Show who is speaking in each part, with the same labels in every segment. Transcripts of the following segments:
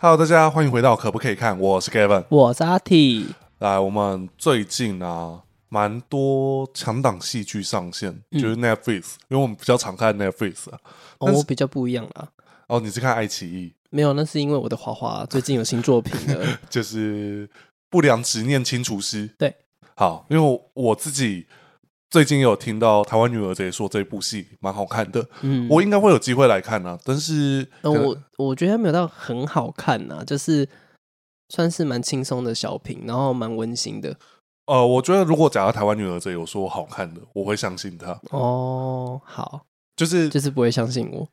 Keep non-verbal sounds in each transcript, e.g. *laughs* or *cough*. Speaker 1: Hello，大家欢迎回到可不可以看？我是 Gavin。
Speaker 2: 我是阿 T，
Speaker 1: 来，我们最近啊，蛮多强档戏剧上线，
Speaker 2: 嗯
Speaker 1: 就是 Netflix，、因为我们比较常看 Netflix 啊。
Speaker 2: 哦
Speaker 1: 但是
Speaker 2: 我比较不一样啦。
Speaker 1: 哦，你是看爱奇艺，
Speaker 2: 没有，那是因为我的华 *laughs* 华最近有新作品 *laughs* 了。
Speaker 1: 就是《不良执念清除师》。
Speaker 2: 对，
Speaker 1: 好，因为我我自己最近有听到台湾女儿贼说这部戏蛮好看的，
Speaker 2: 嗯，
Speaker 1: 我应该会有机会来看啊。但是，
Speaker 2: 呃
Speaker 1: 可能
Speaker 2: 我我觉得它没有到很好看呐，就是算是蛮轻松的小品，然后蛮温馨的。
Speaker 1: 呃，我觉得如果假如台湾女儿贼有说好看的，我会相信她。
Speaker 2: 哦，好，
Speaker 1: 就是
Speaker 2: 就是不会相信我。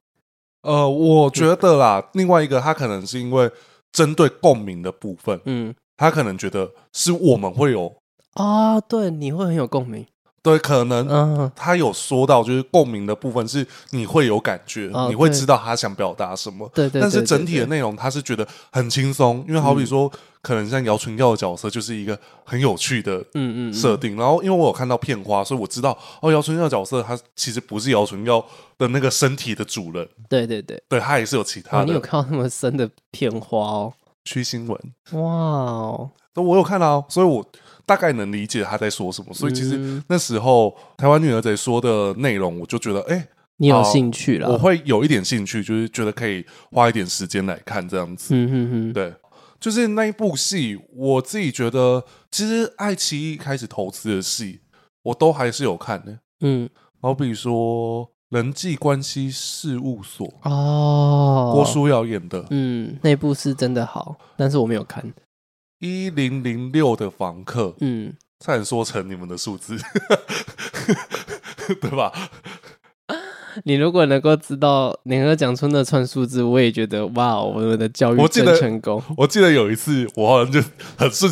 Speaker 1: 呃，我觉得啦，另外一个他可能是因为针对共鸣的部分，
Speaker 2: 嗯，
Speaker 1: 他可能觉得是我们会有
Speaker 2: 啊、对，你会很有共鸣。
Speaker 1: 对，可能
Speaker 2: 嗯，
Speaker 1: 他有说到就是共鸣的部分是你会有感觉，
Speaker 2: 哦
Speaker 1: 你会
Speaker 2: 对
Speaker 1: 知道他想表达什么。
Speaker 2: 对对对
Speaker 1: 但是
Speaker 2: 对
Speaker 1: 整体的
Speaker 2: 对嗯
Speaker 1: 内容，他是觉得很轻松，因为好比说，可能像姚春耀的角色就是一个很有趣的
Speaker 2: 嗯嗯嗯
Speaker 1: 设定。然后，因为我有看到片花，所以我知道哦，姚春耀角色他其实不是姚春耀的那个身体的主人，
Speaker 2: 对对对。
Speaker 1: 对他也是有其
Speaker 2: 哇，
Speaker 1: 他
Speaker 2: 哦你有
Speaker 1: 的
Speaker 2: 看到那么深的片花哦？
Speaker 1: 区新闻。
Speaker 2: 哇哦，
Speaker 1: 都我有看到、所以我大概能理解他在说什么。所以其实
Speaker 2: 嗯
Speaker 1: 那时候台湾女儿贼说的内容，我就觉得，哎、
Speaker 2: 你有
Speaker 1: 好
Speaker 2: 兴趣啦？
Speaker 1: 我会有一点兴趣，就是觉得可以花一点时间来看这样子。
Speaker 2: 嗯哼哼，
Speaker 1: 对，就是那一部戏，我自己觉得，其实爱奇艺开始投资的戏，我都还是有看的、
Speaker 2: 嗯，
Speaker 1: 好比说《人际关系事务所》，
Speaker 2: 哦，
Speaker 1: 郭书瑶演的《
Speaker 2: 嗯，那部是真的好，但是我没有看。
Speaker 1: 一零零六的房客》，
Speaker 2: 嗯，
Speaker 1: 差点说成你们的数字， *laughs* 对吧？
Speaker 2: 你如果能够知道，你能够讲出那串数字，我也觉得哇，哦我们的教
Speaker 1: 我
Speaker 2: 育
Speaker 1: 记
Speaker 2: 真
Speaker 1: 得
Speaker 2: 成功。 *laughs*
Speaker 1: 我记得有一次，我好像就很顺，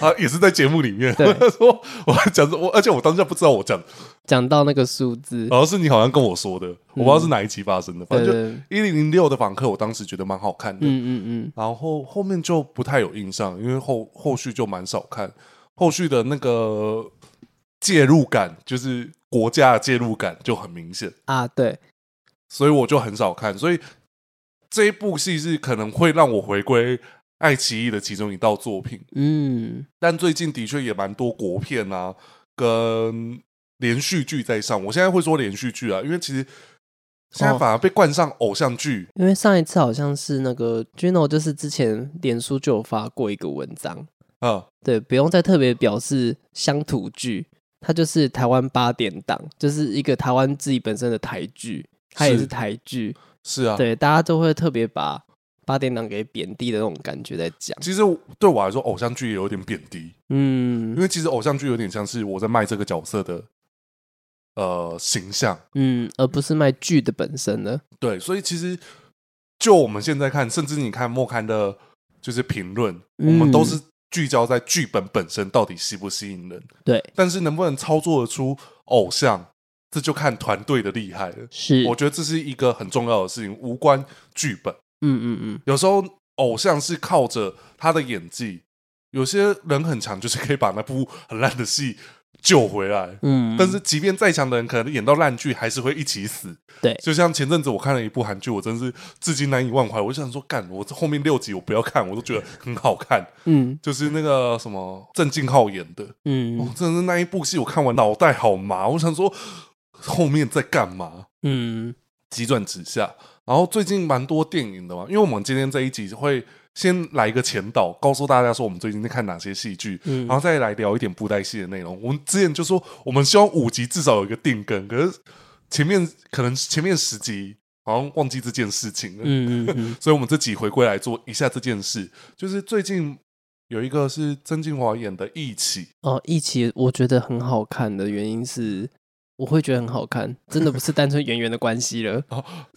Speaker 1: 啊，也是在节目里面，
Speaker 2: 对
Speaker 1: 我 *laughs* 说我还讲说，我而且我当下不知道我讲，
Speaker 2: 讲到那个数字，
Speaker 1: 好像是你好像跟我说的，我不知道是哪一集发生的，哦反
Speaker 2: 对
Speaker 1: 正
Speaker 2: 嗯对，
Speaker 1: 就
Speaker 2: 对
Speaker 1: 一零零六的访客，我当时觉得蛮好看的，
Speaker 2: 嗯嗯
Speaker 1: 然后后面就不太有印象，因为后后续就蛮少看，后续的那个介入感，就是国家的介入感就很明显。
Speaker 2: 嗯啊，对，
Speaker 1: 所以我就很少看。所以这一部戏是可能会让我回归爱奇艺的其中一道作品。
Speaker 2: 嗯
Speaker 1: 但最近的确也蛮多国片啊，跟连续剧在上。我现在会说连续剧啊，因为其实现在
Speaker 2: 哦
Speaker 1: 反而被冠上偶像剧。
Speaker 2: 因为上一次好像是那个 Gino，就是之前脸书就有发过一个文章，
Speaker 1: 啊，
Speaker 2: 对，不用再特别表示乡土剧，它就是台湾八点档，就是一个台湾自己本身的台剧，它也
Speaker 1: 是
Speaker 2: 是台剧，
Speaker 1: 是啊。
Speaker 2: 对，大家都会特别把八点档给贬低的那种感觉在讲。
Speaker 1: 其实对我来说，偶像剧也有点贬低，因
Speaker 2: 嗯
Speaker 1: 为其实偶像剧有点像是我在卖这个角色的呃形象。
Speaker 2: 嗯，而不是卖剧的本身了。
Speaker 1: 对，所以其实就我们现在看，甚至你看莫刊的，就是评论，我们
Speaker 2: 嗯
Speaker 1: 都是聚焦在剧本本身到底吸不吸引人，
Speaker 2: 对，
Speaker 1: 但是能不能操作得出偶像，这就看团队的厉害了。
Speaker 2: 是，
Speaker 1: 我觉得这是一个很重要的事情，无关剧本。
Speaker 2: 嗯嗯嗯，
Speaker 1: 有时候偶像是靠着他的演技，有些人很强，就是可以把那部很烂的戏救回来。
Speaker 2: 嗯，
Speaker 1: 但是即便再强的人，可能演到烂剧还是会一起死。
Speaker 2: 对
Speaker 1: 就像前阵子我看了一部韩剧，我真是至今难以忘怀。我就想说，干，我后面六集我不要看，我都觉得很好看。
Speaker 2: 嗯
Speaker 1: 就是那个什么郑敬浩演的，
Speaker 2: 嗯
Speaker 1: 哦，真的是那一部戏，我看完脑袋好麻。我想说，后面在干嘛？ *laughs*
Speaker 2: 嗯，
Speaker 1: 急转直下。然后最近蛮多电影的嘛，因为我们今天这一集会先来一个前导，告诉大家说我们最近在看哪些戏剧，
Speaker 2: 嗯
Speaker 1: 然后再来聊一点布袋戏的内容。我们之前就说我们希望五集至少有一个定梗，可是前面可能前面十集好像忘记这件事情了，
Speaker 2: 嗯嗯嗯，
Speaker 1: 所以我们这集回归来做一下这件事，就是最近。有一个是曾敬华演的《义起》，
Speaker 2: 哦，一起我觉得很好看的原因是，我会觉得很好看，真的不是单纯演员的关系
Speaker 1: *laughs*
Speaker 2: 了，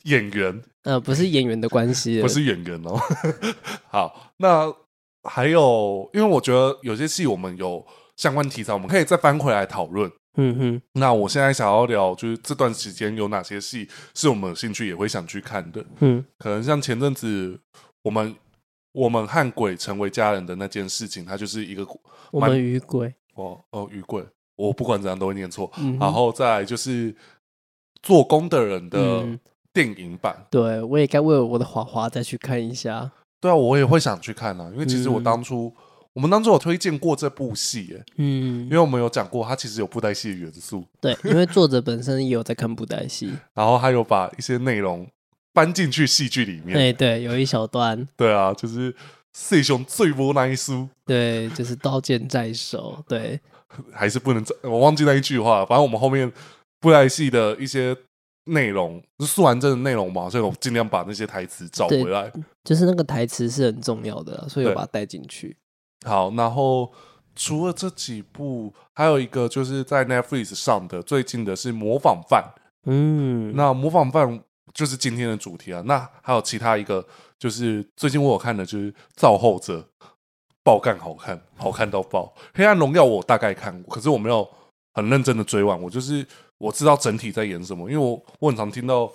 Speaker 1: 演员
Speaker 2: 呃，不是演员的关系了，
Speaker 1: 哦不是演员哦。 *laughs* 好，那还有，因为我觉得有些戏我们有相关题材，我们可以再翻回来讨论。
Speaker 2: 嗯哼，
Speaker 1: 那我现在想要聊，就是这段时间有哪些戏是我们有兴趣也会想去看的。
Speaker 2: 嗯
Speaker 1: 可能像前阵子我们我们和鬼成为家人的那件事情，它就是一个
Speaker 2: 我
Speaker 1: 蛮
Speaker 2: 们与鬼，
Speaker 1: 哦哦遇鬼，我不管怎样都会念错。
Speaker 2: 嗯哼
Speaker 1: 然后再来就是做工的人的
Speaker 2: 嗯
Speaker 1: 电影版，
Speaker 2: 对我也该为我的华华再去看一下，
Speaker 1: 对啊，我也会想去看啊，因为其实我当初、我们当初有推荐过这部戏耶，
Speaker 2: 嗯
Speaker 1: 因，为我们有讲过它其实有布袋戏的元素，
Speaker 2: 对，因为作者本身也有在看布
Speaker 1: *laughs*
Speaker 2: 袋戏，
Speaker 1: 然后还有把一些内容搬进去戏剧里面。
Speaker 2: 哎，对，有一小段，
Speaker 1: 对啊，就是四兄最不那一书，
Speaker 2: 对，就是刀剑在手，对，
Speaker 1: 还是不能再，我忘记那一句话。反正我们后面布袋戏的一些内容，就是素完真的内容，我们好像有尽量把那些台词找回来。
Speaker 2: 就是那个台词是很重要的啦，所以我
Speaker 1: 对
Speaker 2: 把它带进去。
Speaker 1: 好，然后除了这几部，还有一个就是在 Netflix 上的最近的是《模仿犯》。
Speaker 2: 嗯，
Speaker 1: 那模仿犯就是今天的主题啊。那还有其他一个，就是最近我有看的，就是《造后者》，爆干好看，好看到爆。《黑暗荣耀》我大概看过，可是我没有很认真的追完。我就是我知道整体在演什么，因为我我很常听到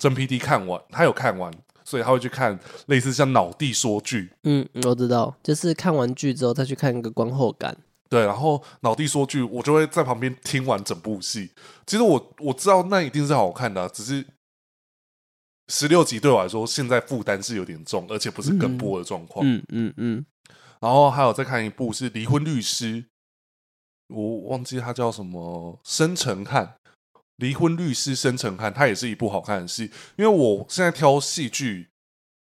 Speaker 1: 真 P D 看完，他有看完，所以他会去看类似像脑地说剧，
Speaker 2: 嗯，我知道，就是看完剧之后再去看一个观后感。
Speaker 1: 对，然后脑地说剧，我就会在旁边听完整部戏。其实我我知道那一定是好看的啊、只是十六集对我来说现在负担是有点重，而且不是跟播的状况。
Speaker 2: 嗯嗯嗯，
Speaker 1: 然后还有再看一部是《离婚律师》，我忘记他叫什么，申成汉。离婚律师申成汉，他也是一部好看的戏。因为我现在挑戏剧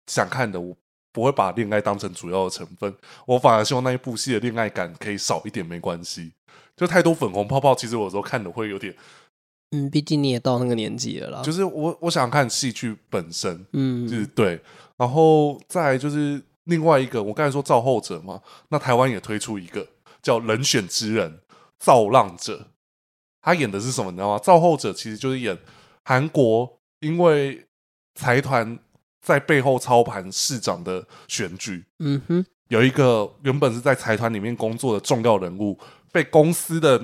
Speaker 1: 想看的，我不会把恋爱当成主要的成分，我反而希望那一部戏的恋爱感可以少一点，没关系。就太多粉红泡泡，其实我有时候看的会有点，
Speaker 2: 嗯，毕竟你也到那个年纪了啦。
Speaker 1: 就是我我想看戏剧本身，就
Speaker 2: 嗯
Speaker 1: 是对，然后再来就是另外一个，我刚才说造后者嘛，那台湾也推出一个叫《人选之人》造浪者，他演的是什么你知道吗？造后者其实就是演韩国因为财团在背后操盘市长的选举，
Speaker 2: 嗯哼，
Speaker 1: 有一个原本是在财团里面工作的重要人物被公司的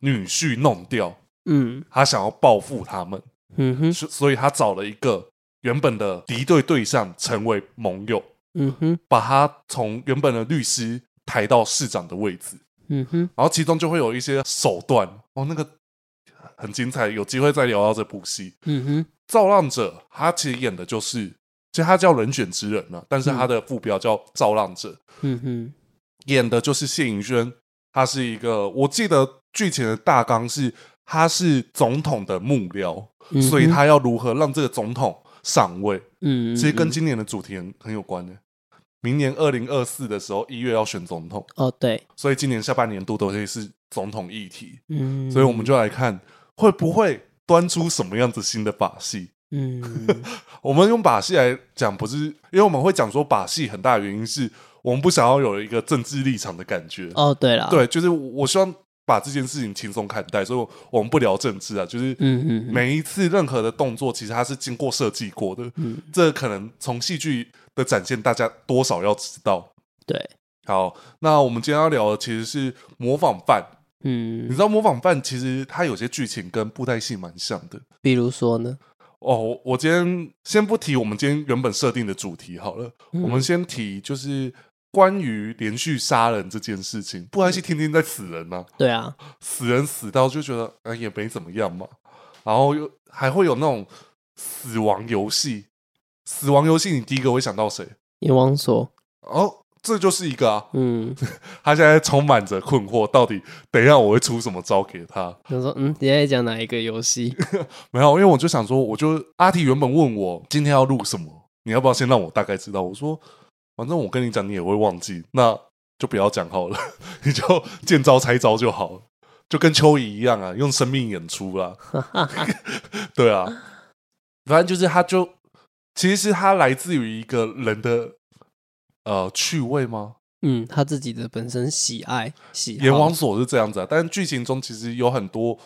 Speaker 1: 女婿弄掉，
Speaker 2: 嗯
Speaker 1: 他想要报复他们。
Speaker 2: 嗯哼，
Speaker 1: 是所以他找了一个原本的敌对对象成为盟友，
Speaker 2: 嗯哼，
Speaker 1: 把他从原本的律师抬到市长的位置，
Speaker 2: 嗯哼，
Speaker 1: 然后其中就会有一些手段哦，那个很精彩，有机会再聊到这部戏。
Speaker 2: 嗯哼，
Speaker 1: 造浪者他其实演的就是，其实他叫人选之人啊，但是他的副标叫造浪者，
Speaker 2: 嗯哼，
Speaker 1: 演的就是谢颖轩，他是一个，我记得剧情的大纲是他是总统的幕僚，
Speaker 2: 嗯哼
Speaker 1: 所以他要如何让这个总统上位。
Speaker 2: 嗯，
Speaker 1: 其实跟
Speaker 2: 嗯
Speaker 1: 今年的主题很很有关的。明年二零二四的时候，一月要选总统，
Speaker 2: 哦对，
Speaker 1: 所以今年下半年度都会是总统议题，
Speaker 2: 嗯，
Speaker 1: 所以我们就来看会不会端出什么样子新的把戏。
Speaker 2: 嗯
Speaker 1: 我们用把戏来讲，不是因为我们会讲说把戏很大的原因是我们不想要有一个政治立场的感觉。
Speaker 2: 哦对啦，，
Speaker 1: 对，就是我我希望把这件事情轻松看待，所以我们不聊政治啊，就是
Speaker 2: 嗯嗯嗯
Speaker 1: 每一次任何的动作，其实它是经过设计过的。
Speaker 2: 嗯，
Speaker 1: 这可能从戏剧的展现，大家多少要知道。
Speaker 2: 对，
Speaker 1: 好，那我们今天要聊的其实是模仿犯。你
Speaker 2: 嗯，
Speaker 1: 知道模仿犯其实它有些剧情跟布袋戏蛮像的
Speaker 2: 比如说呢，
Speaker 1: 哦。我我今天先不提我们今天原本设定的主题好了，
Speaker 2: 嗯
Speaker 1: 我们先提就是关于连续杀人这件事情。布袋
Speaker 2: 嗯
Speaker 1: 戏天天在死人呢、
Speaker 2: 对啊，
Speaker 1: 死人死到就觉得呃也没怎么样嘛，然后又还会有那种死亡游戏。死亡游戏，你第一个会想到谁？
Speaker 2: 阎王锁，
Speaker 1: 哦，这就是一个啊，
Speaker 2: 嗯，
Speaker 1: 他现在充满着困惑，到底等一下我会出什么招给他？
Speaker 2: 他说嗯，你在讲哪一个游戏？
Speaker 1: 没有，因为我就想说，我就阿提原本问我今天要录什么，你要不要先让我大概知道？我说，反正我跟你讲，你也会忘记，那就不要讲好了， *laughs* 你就见招拆招就好了，就跟秋怡一样啊，用生命演出啦。对啊，反正就是他就其实他来自于一个人的呃趣味吗？
Speaker 2: 嗯，他自己的本身喜爱喜好，
Speaker 1: 阎王锁是这样子啊，但是剧情中其实有很多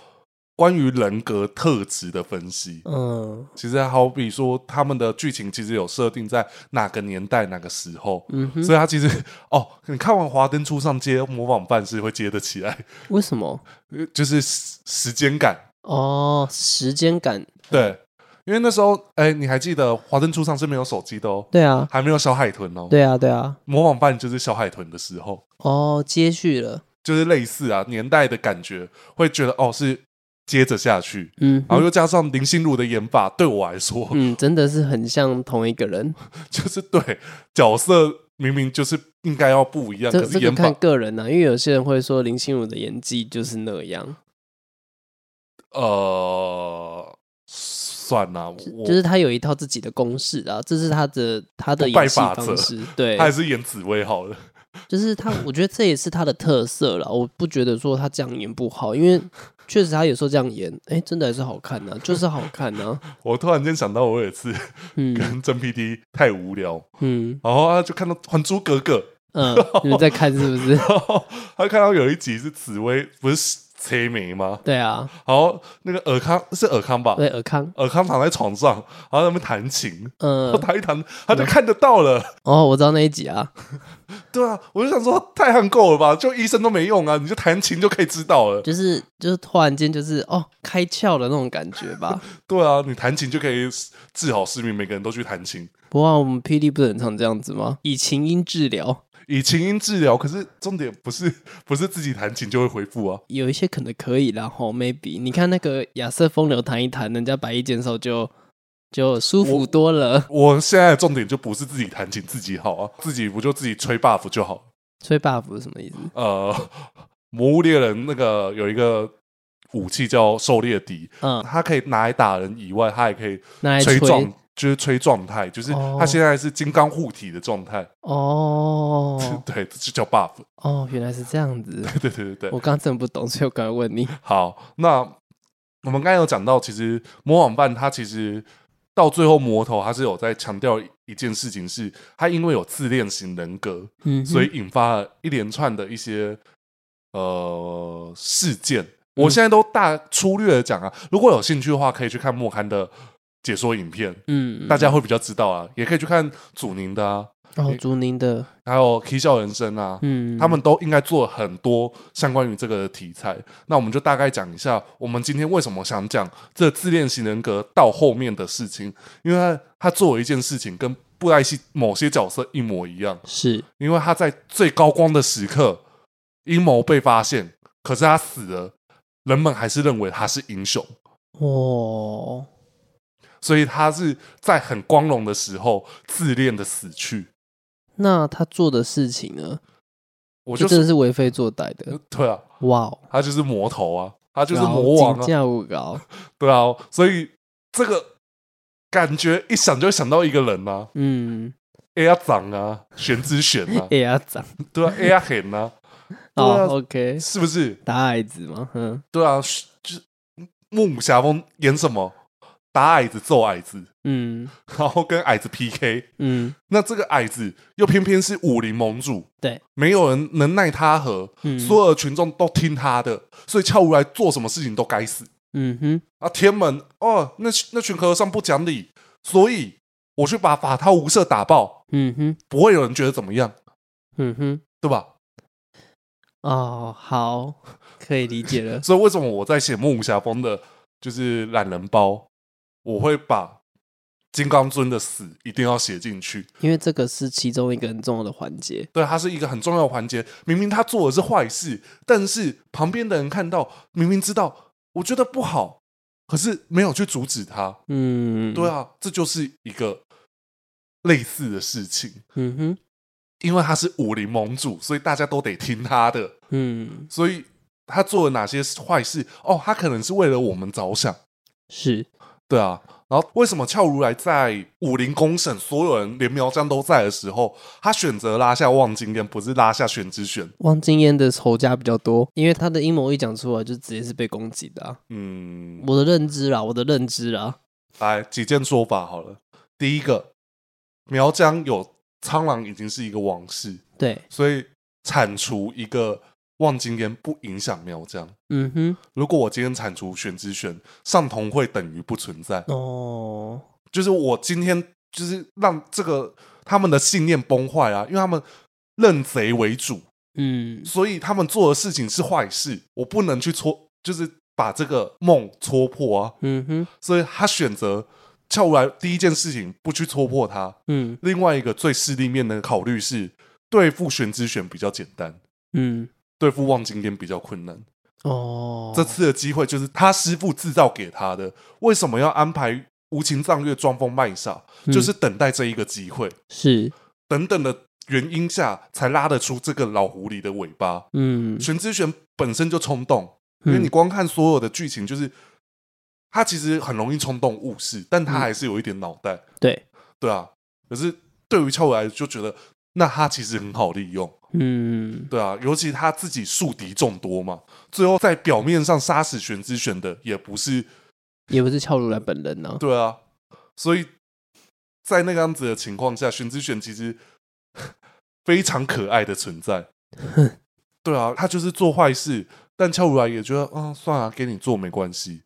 Speaker 1: 关于人格特质的分析。
Speaker 2: 嗯
Speaker 1: 其实好比说，他们的剧情其实有设定在哪个年代、哪个时候，
Speaker 2: 嗯哼，
Speaker 1: 所以他其实 *laughs* 哦，你看完《华灯初上》接模仿犯是会接得起来，
Speaker 2: 为什么？
Speaker 1: 呃就是时时间感
Speaker 2: 哦，时间感，
Speaker 1: 对。因为那时候，哎，你还记得《华灯初上》是没有手机的哦，
Speaker 2: 对啊，
Speaker 1: 还没有小海豚哦。
Speaker 2: 对啊，对啊，
Speaker 1: 模仿犯就是小海豚的时候，
Speaker 2: 哦，接续了，
Speaker 1: 就是类似啊年代的感觉，会觉得哦是接着下去，
Speaker 2: 嗯
Speaker 1: 然后又加上林心如的演法，对我来说、
Speaker 2: 嗯，真的是很像同一个人。
Speaker 1: *laughs* 就是对角色明明就是应该要不一样，
Speaker 2: 这
Speaker 1: 可是
Speaker 2: 这个
Speaker 1: 演法
Speaker 2: 看个人啊呐、因为有些人会说林心如的演技就是那样，
Speaker 1: 呃，算啦，我
Speaker 2: 就是她有一套自己的公式啊，这是她的她的
Speaker 1: 不败
Speaker 2: 演戏
Speaker 1: 法则
Speaker 2: 方式。对
Speaker 1: *laughs* 他，还是演紫薇好了。 *laughs*
Speaker 2: 就是她，我觉得这也是她的特色了。我不觉得说她这样演不好，因为确实她有时候这样演，哎、真的还是好看呐、就是好看呐、
Speaker 1: 我突然间想到，我有一次
Speaker 2: 嗯
Speaker 1: 跟真 PD 太无聊，
Speaker 2: 嗯
Speaker 1: 然后他就看到《还珠格格》，
Speaker 2: 嗯，你们在看是不是？ *laughs*
Speaker 1: 然后他看到有一集是紫薇不是催眉吗？
Speaker 2: 对啊，
Speaker 1: 然后那个尔康是尔康吧？
Speaker 2: 对尔康，
Speaker 1: 尔康躺在床上，然后他们弹琴，
Speaker 2: 嗯
Speaker 1: 然后，弹一弹，他就看得到了。 *laughs*
Speaker 2: 哦，我知道那一集啊，
Speaker 1: 对啊，我就想说太憨够了吧，就医生都没用啊，你就弹琴就可以知道了。
Speaker 2: 就是就是突然间就是哦开窍的那种感觉吧。
Speaker 1: 对啊，你弹琴就可以治好失明，每个人都去弹琴，
Speaker 2: 不过我们霹雳不是很常这样子吗？以琴音治疗，
Speaker 1: 以琴音治疗。可是重点不是 *laughs* 不是自己弹琴就会恢复啊。
Speaker 2: 有一些可能可以啦，吼，maybe。你看那个亚瑟风流弹一弹，人家白衣坚守就就舒服多了，
Speaker 1: 我现在的重点就不是自己弹琴自己好啊，自己不就自己吹 buff 就好了
Speaker 2: 吹 buff 是什么意思？
Speaker 1: 呃， *laughs* 《魔物猎人》那个有一个武器叫狩猎笛，
Speaker 2: 嗯，
Speaker 1: 它可以拿来打人以外，它也可以
Speaker 2: 拿来
Speaker 1: 吹
Speaker 2: 吹
Speaker 1: 状，就是吹状态，就是
Speaker 2: 哦
Speaker 1: 它现在是金刚护体的状态。 *laughs*
Speaker 2: 哦
Speaker 1: 对，这就叫 buff。
Speaker 2: 哦，原来是这样子。
Speaker 1: 对对对对
Speaker 2: 我
Speaker 1: 对，
Speaker 2: 刚刚真的不懂，所以我刚才问你。
Speaker 1: 好，那我们刚才有讲到，其实魔网办它其实。到最后，魔头它是有在强调一件事情是，它因为有自恋型人格，
Speaker 2: 嗯哼，
Speaker 1: 所以引发了一连串的一些呃事件。我现在都大粗略的讲啊，如果有兴趣的话，可以去看莫刊的解说影片，
Speaker 2: 嗯，
Speaker 1: 大家会比较知道啊。也可以去看祖宁的啊，
Speaker 2: 然后哦竹林的，
Speaker 1: 还有 K 笑人生啊，
Speaker 2: 嗯，
Speaker 1: 他们都应该做很多相关于这个的题材。那我们就大概讲一下，我们今天为什么想讲这自恋型人格到后面的事情，因为他他做了一件事情跟布莱希某些角色一模一样，
Speaker 2: 是
Speaker 1: 因为他在最高光的时刻，阴谋被发现，可是他死了，人们还是认为他是英雄，
Speaker 2: 哦，
Speaker 1: 所以他是在很光荣的时候自恋的死去。
Speaker 2: 那他做的事情呢？
Speaker 1: 我
Speaker 2: 这
Speaker 1: 就
Speaker 2: 真
Speaker 1: 是
Speaker 2: 的是为非作歹的，
Speaker 1: 对啊，
Speaker 2: 哇哦！
Speaker 1: 他就是魔头啊，他就是
Speaker 2: 然后
Speaker 1: 魔王
Speaker 2: 金
Speaker 1: 啊，
Speaker 2: 价五高，
Speaker 1: 对啊，所以这个感觉一想就会想到一个人啊
Speaker 2: *laughs* 嗯，
Speaker 1: ，A 呀长啊，玄之玄啊
Speaker 2: *laughs* ，也要涨
Speaker 1: 对啊，A 呀狠啊，对啊
Speaker 2: 哦。OK，
Speaker 1: 是不是？
Speaker 2: 打矮子嘛，嗯
Speaker 1: 对啊，是就是木木侠风演什么？打矮子揍矮子，
Speaker 2: 嗯
Speaker 1: 然后跟矮子 PK。
Speaker 2: 嗯
Speaker 1: 那这个矮子又偏偏是武林盟主，
Speaker 2: 对，
Speaker 1: 没有人能奈他何，
Speaker 2: 嗯
Speaker 1: 所有的群众都听他的，所以俏如来做什么事情都该死
Speaker 2: 嗯哼，
Speaker 1: 啊！天门哦，那那群和尚不讲理，所以我去把法涛无赦打爆，
Speaker 2: 嗯哼，
Speaker 1: 不会有人觉得怎么样，
Speaker 2: 嗯哼，
Speaker 1: 对吧？。
Speaker 2: 哦，好，可以理解了
Speaker 1: 所以为什么我在写木武侠风的，就是懒人包，我会把金刚尊的死一定要写进去，
Speaker 2: 因为这个是其中一个很重要的环节，
Speaker 1: 对，它是一个很重要的环节。明明他做的是坏事，但是旁边的人看到，明明知道，我觉得不好，可是没有去阻止他。
Speaker 2: 嗯，
Speaker 1: 对，啊，这就是一个类似的事情。
Speaker 2: 嗯哼，
Speaker 1: 因为他是武林盟主，所以大家都得听他的。
Speaker 2: 嗯，
Speaker 1: 所以他做了哪些坏事？哦，他可能是为了我们着想。
Speaker 2: 是，
Speaker 1: 对啊，然后为什么俏如来在武林公审所有人连苗疆都在的时候，他选择拉下望京烟，不是拉下玄之玄？
Speaker 2: 汪金燕的仇家比较多，因为他的阴谋一讲出来，就直接是被攻击的、啊。
Speaker 1: 嗯，
Speaker 2: 我的认知啦，我的认知啦，
Speaker 1: 来几件说法好了。第一个，苗疆有苍狼已经是一个往事，
Speaker 2: 对，
Speaker 1: 所以铲除一个望京烟不影响苗疆。
Speaker 2: 嗯哼，
Speaker 1: 如果我今天铲除玄之玄，上同会等于不存在。
Speaker 2: 哦，
Speaker 1: 就是我今天就是让这个他们的信念崩坏啊，因为他们认贼为主，
Speaker 2: 嗯，
Speaker 1: 所以他们做的事情是坏事，我不能去戳，就是把这个梦戳破啊。
Speaker 2: 嗯哼，
Speaker 1: 所以他选择跳出来，第一件事情不去戳破它，
Speaker 2: 嗯
Speaker 1: 另外一个最势利面的考虑是对付玄之玄比较简单，
Speaker 2: 嗯，
Speaker 1: 对付望京天比较困难，
Speaker 2: 哦，
Speaker 1: 这次的机会就是他师傅制造给他的。为什么要安排无情藏月装疯卖傻？
Speaker 2: 嗯
Speaker 1: 就是等待这一个机会，
Speaker 2: 是，
Speaker 1: 等等的原因下，才拉得出这个老狐狸的尾巴。
Speaker 2: 嗯，
Speaker 1: 全智贤本身就冲动，因为你光看所有的剧情，就是他其实很容易冲动误事，但他还是有一点脑袋，
Speaker 2: 嗯对，
Speaker 1: 对啊。可是对于翘尾来就觉得，那他其实很好利用，
Speaker 2: 嗯，
Speaker 1: 对啊，尤其他自己树敌众多嘛，最后在表面上杀死玄之玄的也不是，
Speaker 2: 也不是俏如兰本人呢、
Speaker 1: *laughs* 对啊，所以在那个样子的情况下，玄之玄其实 *laughs* 非常可爱的存在，对啊，他就是做坏事，但俏如来也觉得，嗯，算了、给你做没关系，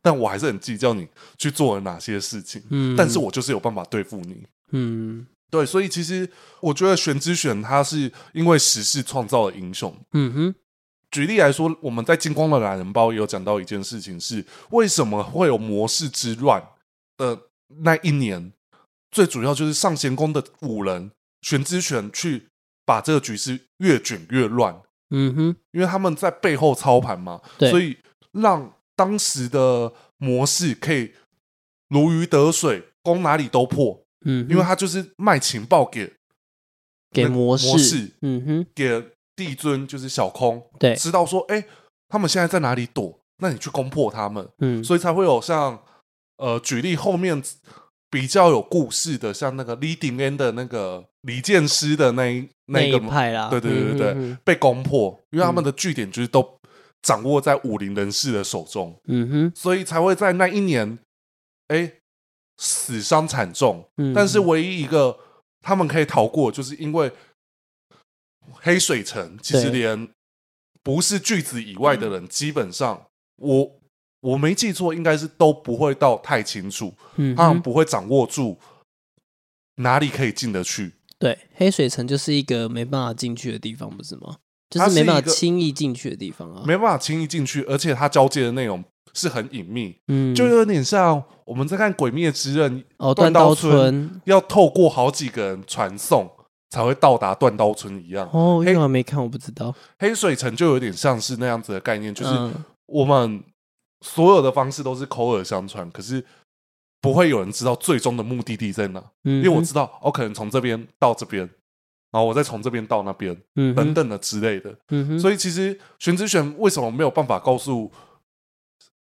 Speaker 1: 但我还是很计较你去做了哪些事情，
Speaker 2: 嗯，
Speaker 1: 但是，我就是有办法对付你，
Speaker 2: 嗯
Speaker 1: 对，所以其实我觉得玄之玄他是因为时势创造了英雄，
Speaker 2: 嗯哼，
Speaker 1: 举例来说，我们在《金光的懒人包》也有讲到一件事情是，为什么会有魔世之乱的那一年，最主要就是上贤宫的五人玄之玄去把这个局势越卷越乱，
Speaker 2: 嗯哼，
Speaker 1: 因为他们在背后操盘嘛，
Speaker 2: 对
Speaker 1: 所以让当时的模式可以如鱼得水，攻哪里都破，
Speaker 2: 嗯哼，
Speaker 1: 因为他就是卖情报给
Speaker 2: 给
Speaker 1: 那个
Speaker 2: 模
Speaker 1: 模式
Speaker 2: 嗯哼，
Speaker 1: 给帝尊，就是小空，
Speaker 2: 对，
Speaker 1: 知道说，哎、他们现在在哪里躲？那你去攻破他们，
Speaker 2: 嗯，
Speaker 1: 所以才会有像呃，举例后面比较有故事的，像那个 Leading End 的那个李剑师的那一
Speaker 2: 那
Speaker 1: 一个
Speaker 2: 一派啦，
Speaker 1: 对对对对对
Speaker 2: 嗯哼
Speaker 1: 被攻破，因为他们的据点就是都掌握在武林人士的手中，
Speaker 2: 嗯哼，
Speaker 1: 所以才会在那一年，哎、死伤惨重。
Speaker 2: 嗯
Speaker 1: 但是唯一一个他们可以逃过，就是因为黑水城其实
Speaker 2: 对嗯
Speaker 1: 连不是巨子以外的人，基本上我我没记错，应该是都不会到太清楚，
Speaker 2: 嗯
Speaker 1: 他们
Speaker 2: 哼，
Speaker 1: 不会掌握住哪里可以进得去。
Speaker 2: 对，黑水城就是一个没办法进去的地方，不是吗？就
Speaker 1: 它
Speaker 2: 是
Speaker 1: 是
Speaker 2: 没办
Speaker 1: 一
Speaker 2: 法
Speaker 1: 个
Speaker 2: 轻易进去的地方啊，
Speaker 1: 没办法轻易进去，而且它交接的内容是很隐秘，
Speaker 2: 嗯，
Speaker 1: 就有点像我们在看《鬼灭之刃》，
Speaker 2: 哦，
Speaker 1: 断
Speaker 2: 断
Speaker 1: 刀
Speaker 2: 刀
Speaker 1: 村
Speaker 2: 村，
Speaker 1: 要透过好几个人传送才会到达断刀村一样。
Speaker 2: 哦，因
Speaker 1: 黑
Speaker 2: 为我还没看，我不知道，
Speaker 1: 黑水城就有点像是那样子的概念，就是
Speaker 2: 嗯
Speaker 1: 我们所有的方式都是口耳相传，可是不会有人知道最终的目的地在哪，
Speaker 2: 嗯
Speaker 1: 因为我
Speaker 2: 哼
Speaker 1: 知道哦我可能从这边到这边，然后我再从这边到那边
Speaker 2: 嗯
Speaker 1: 等
Speaker 2: 哼，
Speaker 1: 等的之类的。
Speaker 2: 嗯哼，
Speaker 1: 所以其实玄之玄为什么没有办法告诉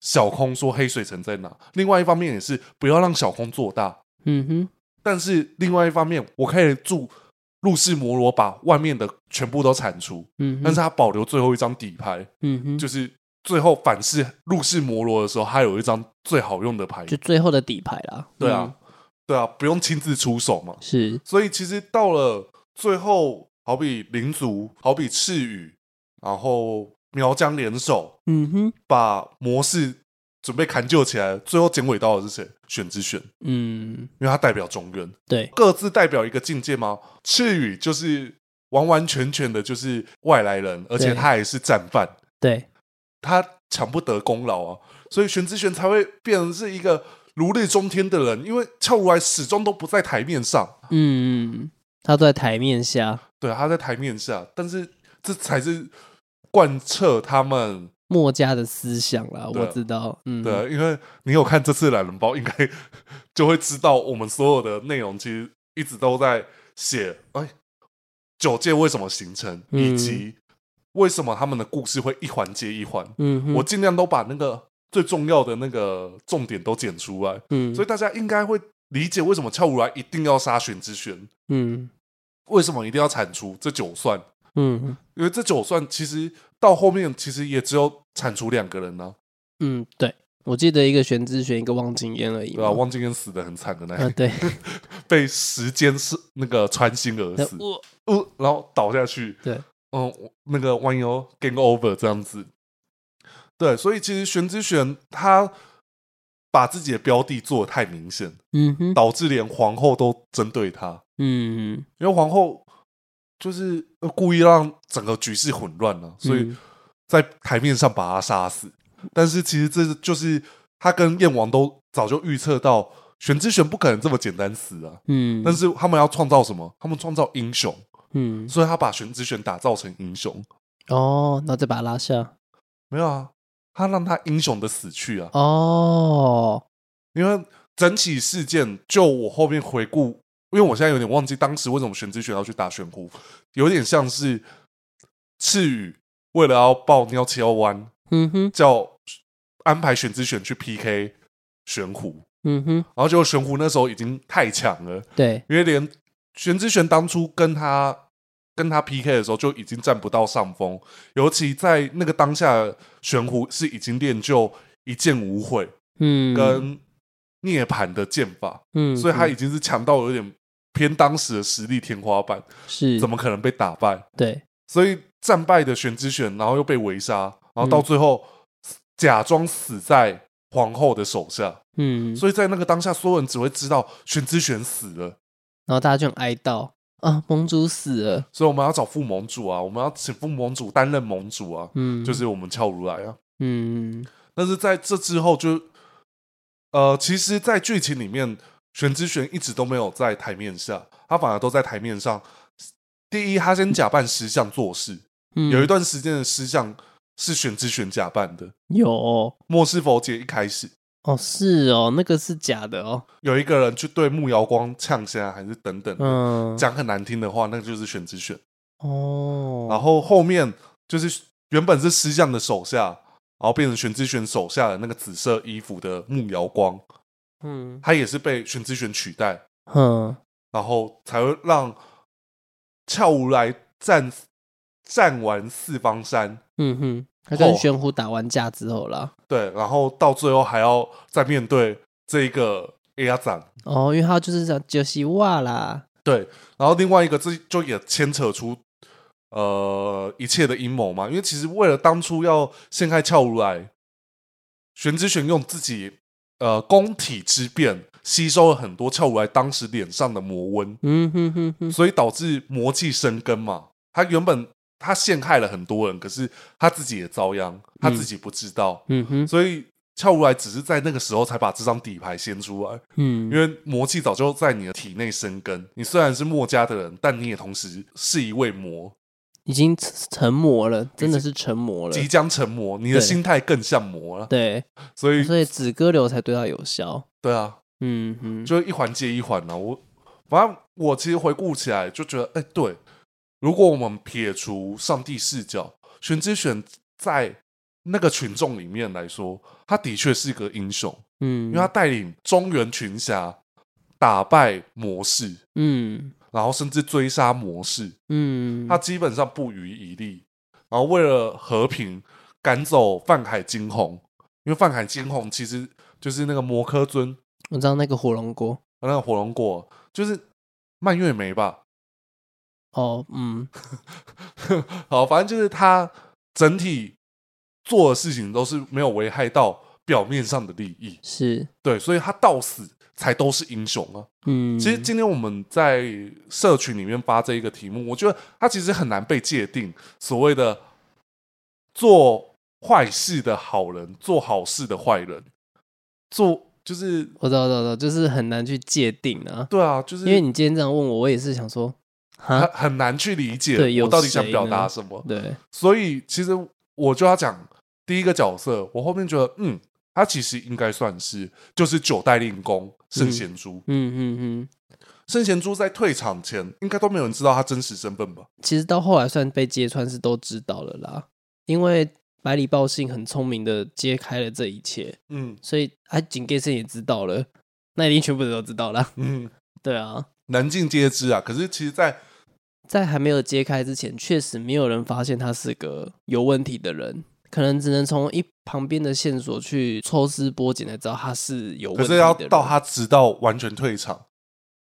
Speaker 1: 小空说黑水城在哪？另外一方面也是不要让小空做大，
Speaker 2: 嗯哼，
Speaker 1: 但是另外一方面，我可以助入室摩罗把外面的全部都铲除，
Speaker 2: 嗯哼，
Speaker 1: 但是他保留最后一张底牌，
Speaker 2: 嗯哼，
Speaker 1: 就是最后反噬入室摩罗的时候，他有一张最好用的牌。
Speaker 2: 就嗯最后的底牌啦，
Speaker 1: 对啊，对啊，不用亲自出手嘛
Speaker 2: 嗯，。是，
Speaker 1: 所以其实到了最后，好比灵族，好比赤羽，然后苗疆联手，
Speaker 2: 嗯哼，
Speaker 1: 把模式准备砍救起来，最后剪尾刀的是谁？选之选，
Speaker 2: 嗯，
Speaker 1: 因为他代表中原，
Speaker 2: 对，
Speaker 1: 各自代表一个境界吗？赤羽就是完完全全的就是外来人，而且
Speaker 2: 对
Speaker 1: 他也是战犯，
Speaker 2: 对，
Speaker 1: 他抢不得功劳啊，所以玄之玄才会变成是一个如日中天的人，因为俏如来始终都不在台面上，
Speaker 2: 嗯，嗯他都在台面下，
Speaker 1: 对，啊他在台面下，但是这才是贯彻他们
Speaker 2: 墨家的思想啦，
Speaker 1: 对啊
Speaker 2: 我知道，嗯，
Speaker 1: 对，因为你有看这次懒人包，应该就会知道我们所有的内容其实一直都在写，哎，九界为什么形成，以
Speaker 2: 嗯
Speaker 1: 及为什么他们的故事会一环接一环。
Speaker 2: 嗯哼，
Speaker 1: 我尽量都把那个最重要的那个重点都剪出来，
Speaker 2: 嗯，
Speaker 1: 所以大家应该会理解为什么俏如来一定要杀玄之玄，
Speaker 2: 嗯
Speaker 1: 为什么一定要铲除这九算，
Speaker 2: 嗯
Speaker 1: 因为这九算其实到后面其实也只有铲除两个人呢、
Speaker 2: 嗯，对，我记得一个玄之玄，一个望京烟而已嘛，
Speaker 1: 对吧、啊汪精跟死的很惨的那一
Speaker 2: 啊，对，
Speaker 1: 被时间是那个穿心而死，
Speaker 2: 我
Speaker 1: 呃，然后倒下去，
Speaker 2: 对，
Speaker 1: 嗯，我那个弯腰 game over 这样子，对，所以其实玄之玄他把自己的标的做的太明显，
Speaker 2: 嗯哼，
Speaker 1: 导致连皇后都针对他，
Speaker 2: 嗯，
Speaker 1: 因为皇后就是呃故意让整个局势混乱了、所以
Speaker 2: 嗯
Speaker 1: 在台面上把他杀死，但是其实这就是他跟燕王都早就预测到玄之玄不可能这么简单死啊，
Speaker 2: 嗯，
Speaker 1: 但是他们要创造什么？他们创造英雄，
Speaker 2: 嗯
Speaker 1: 所以他把玄之玄打造成英雄。
Speaker 2: 哦，然后再把它拉下，
Speaker 1: 没有啊，他让他英雄的死去啊，
Speaker 2: 哦，
Speaker 1: 因为整起事件，就我后面回顾，因为我现在有点忘记当时为什么玄之学要去打玄乎，有点像是赤羽为了要爆尿切湾，
Speaker 2: 嗯哼，
Speaker 1: 叫安排玄之选去 PK 玄虎，
Speaker 2: 嗯哼，
Speaker 1: 然后结果玄虎那时候已经太强了，
Speaker 2: 对，
Speaker 1: 因为连玄之玄当初跟他跟他 PK 的时候就已经占不到上风，尤其在那个当下，玄狐是已经练就一剑无悔
Speaker 2: 嗯，
Speaker 1: 跟涅槃的剑法，
Speaker 2: 嗯，
Speaker 1: 所以他
Speaker 2: 嗯
Speaker 1: 已经是强到有点偏当时的实力天花板，
Speaker 2: 是
Speaker 1: 怎么可能被打败？
Speaker 2: 对，
Speaker 1: 所以战败的玄之玄，然后又被围杀，然后
Speaker 2: 嗯
Speaker 1: 到最后、假装死在皇后的手下，
Speaker 2: 嗯，
Speaker 1: 所以在那个当下，所有人只会知道玄之玄死了。
Speaker 2: 然后大家就很哀悼啊，盟主死了，
Speaker 1: 所以我们要找副盟主啊，我们要请副盟主担任盟主啊，
Speaker 2: 嗯，
Speaker 1: 就是我们俏如来啊。
Speaker 2: 嗯
Speaker 1: 但是在这之后就，呃，其实，在剧情里面，玄之玄一直都没有在台面下，他反而都在台面上。第一，他先假扮石像做事，
Speaker 2: 嗯，
Speaker 1: 有一段时间的石像是玄之玄假扮的。
Speaker 2: 有哦
Speaker 1: 末世佛节一开始，
Speaker 2: 哦是哦，那个是假的哦，
Speaker 1: 有一个人去对木瑶光呛声，还是等等的，*laughs*
Speaker 2: 嗯，
Speaker 1: 讲很难听的话，那就是玄之玄。
Speaker 2: 哦，
Speaker 1: 然后后面就是原本是师匠的手下，然后变成玄之玄手下的那个紫色衣服的木瑶光，
Speaker 2: 嗯
Speaker 1: 他也是被玄之玄取代，
Speaker 2: 哼，
Speaker 1: 然后才会让俏无来战战完四方山，
Speaker 2: 嗯哼，他跟
Speaker 1: 后
Speaker 2: 玄虎打完架之后啦，
Speaker 1: 对，然后到最后还要再面对这一个 A 亚长，
Speaker 2: 哦，因为他就是讲九西哇啦，
Speaker 1: 对，然后另外一个这就也牵扯出。呃，一切的阴谋嘛，因为其实为了当初要陷害俏如来，玄之玄用自己呃宫体之变吸收了很多俏如来当时脸上的魔温，
Speaker 2: 嗯哼哼哼，
Speaker 1: 所以导致魔气生根嘛。他原本他陷害了很多人，可是他自己也遭殃，他自己不知道，
Speaker 2: 嗯哼，
Speaker 1: 所以俏如来只是在那个时候才把这张底牌掀出来。
Speaker 2: 嗯
Speaker 1: 因为魔气早就在你的体内生根。你虽然是墨家的人，但你也同时是一位魔，
Speaker 2: 已经成魔了，真的是成魔了。
Speaker 1: 即将成魔。你的
Speaker 2: 对
Speaker 1: 心态更像魔了，
Speaker 2: 对，
Speaker 1: 所以
Speaker 2: 所以紫歌流才对他有效。
Speaker 1: 对啊，
Speaker 2: 嗯哼，
Speaker 1: 就一环接一环呢、我反正我其实回顾起来就觉得，哎、对，如果我们撇除上帝视角，玄之玄在那个群众里面来说，他的确是一个英雄，
Speaker 2: 嗯，
Speaker 1: 因为他带领中原群侠打败魔士，
Speaker 2: 嗯
Speaker 1: 然后甚至追杀魔士。
Speaker 2: 嗯，
Speaker 1: 他基本上不遗余力，然后为了和平赶走泛海金红，因为泛海金红其实就是那个摩诃尊
Speaker 2: 我知道那个火龙果。
Speaker 1: 那个火龙果，就是蔓越莓吧， *laughs*
Speaker 2: 哦，嗯，
Speaker 1: 好，反正就是他整体做的事情都是没有危害到表面上的利益，
Speaker 2: 是，
Speaker 1: 对，所以他到死才都是英雄啊。
Speaker 2: 嗯，
Speaker 1: 其实今天我们在社群里面发这一个题目，我觉得它其实很难被界定所谓的做坏事的好人，做好事的坏人，做就是
Speaker 2: 我知道，我知道，我知道就是很难去界定啊。
Speaker 1: 对啊，就是
Speaker 2: 因为你今天这样问我，我也是想说，
Speaker 1: 很
Speaker 2: 哈，
Speaker 1: 很难去理
Speaker 2: 对
Speaker 1: 解
Speaker 2: 有
Speaker 1: 我到底想
Speaker 2: 谁
Speaker 1: 表达
Speaker 2: 呢
Speaker 1: 什么。
Speaker 2: 对，
Speaker 1: 所以其实我就要讲第一个角色，我后面觉得嗯，他其实应该算是就是九代令公圣
Speaker 2: 嗯
Speaker 1: 贤珠，
Speaker 2: 嗯嗯嗯，
Speaker 1: 圣贤珠在退场前应该都没有人知道他真实身份吧？
Speaker 2: 其实到后来算被揭穿是都知道了啦，因为百里报信很聪明的揭开了这一切，
Speaker 1: 嗯
Speaker 2: 所以啊，警戒线也知道了，那一定全部人都知道了。
Speaker 1: 嗯。
Speaker 2: *laughs* 对啊，
Speaker 1: 人尽皆知啊。可是其实在，
Speaker 2: 在还没有揭开之前，确实没有人发现他是个有问题的人，可能只能从一旁边的线索去抽丝剥茧，才知道他是有问
Speaker 1: 可
Speaker 2: 题的
Speaker 1: 是
Speaker 2: 人。
Speaker 1: 要到他直到完全退场，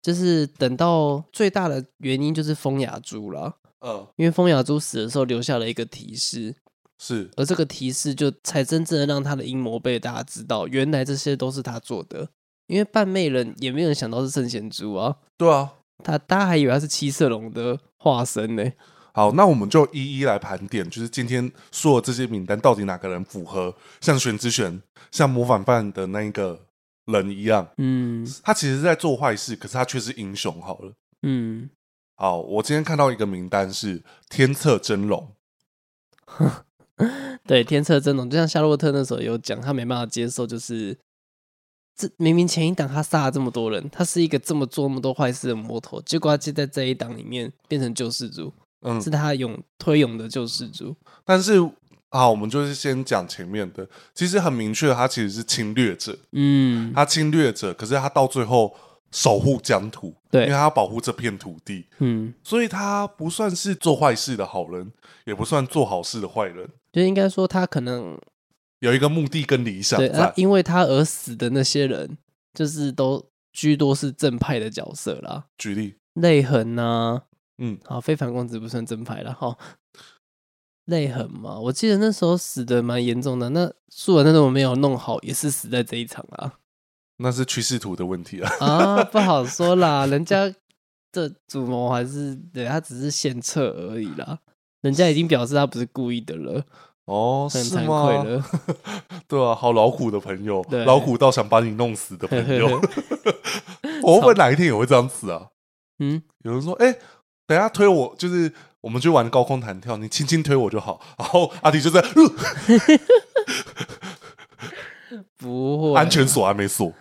Speaker 2: 就是等到最大的原因就是风雅珠了，
Speaker 1: 呃，
Speaker 2: 因为风雅珠死的时候留下了一个提示，
Speaker 1: 是
Speaker 2: 而这个提示就才真正的让他的阴谋被大家知道，原来这些都是他做的。因为半妹人也没有人想到是圣贤珠啊，
Speaker 1: 对啊。
Speaker 2: 他大家还以为他是七色龙的化身呢、
Speaker 1: 好，那我们就一一来盘点，就是今天说的这些名单，到底哪个人符合像玄之玄、像模仿犯的那一个人一样？
Speaker 2: 嗯
Speaker 1: 他其实在做坏事，可是他却是英雄。好了，
Speaker 2: 嗯，
Speaker 1: 好，我今天看到一个名单是天策真龙，
Speaker 2: 对天策真龙，就像夏洛特那时候有讲，他没办法接受，就是这明明前一档他杀了这么多人，他是一个这么做那么多坏事的魔头，结果他就在这一档里面变成救世主，
Speaker 1: 嗯
Speaker 2: 是，他勇推勇的救世主。
Speaker 1: 但是啊，我们就是先讲前面的，其实很明确，他其实是侵略者，
Speaker 2: 嗯，
Speaker 1: 他侵略者，可是他到最后守护疆土，因为
Speaker 2: 嗯对
Speaker 1: 他，要保护这片土地，
Speaker 2: 嗯，
Speaker 1: 所以他不算是做坏事的好人，也不算做好事的坏人，
Speaker 2: 就应该说他可能
Speaker 1: 有一个目的跟理想
Speaker 2: 对，啊他
Speaker 1: 在。
Speaker 2: 因为他而死的那些人，就是都居多是正派的角色啦，
Speaker 1: 举例，
Speaker 2: 泪痕啊呐、
Speaker 1: 嗯，
Speaker 2: 好，非凡公子不算正派了哈。泪痕嘛，我记得那时候死的蛮严重的。那素文那种没有弄好，也是死在这一场
Speaker 1: *laughs*
Speaker 2: 啊
Speaker 1: 那是趋势图的问
Speaker 2: *laughs*
Speaker 1: 题啊。
Speaker 2: 啊，不好说啦，人家的主谋还是对他只是献策而已啦，人家已经表示他不是故意的了，
Speaker 1: 哦，
Speaker 2: 很
Speaker 1: 是
Speaker 2: 惭
Speaker 1: 吗？
Speaker 2: 愧了。 *laughs*
Speaker 1: *laughs* 对啊，好老虎的朋友
Speaker 2: 对，
Speaker 1: 老虎到想把你弄死的朋友， *laughs* 我会不会哪一天也会这样子啊？
Speaker 2: 嗯，
Speaker 1: 有人说，哎、等一下推我，就是我们去玩高空弹跳，你轻轻推我就好。然后阿迪就在、呃、
Speaker 2: 不会，
Speaker 1: 安全锁还没锁，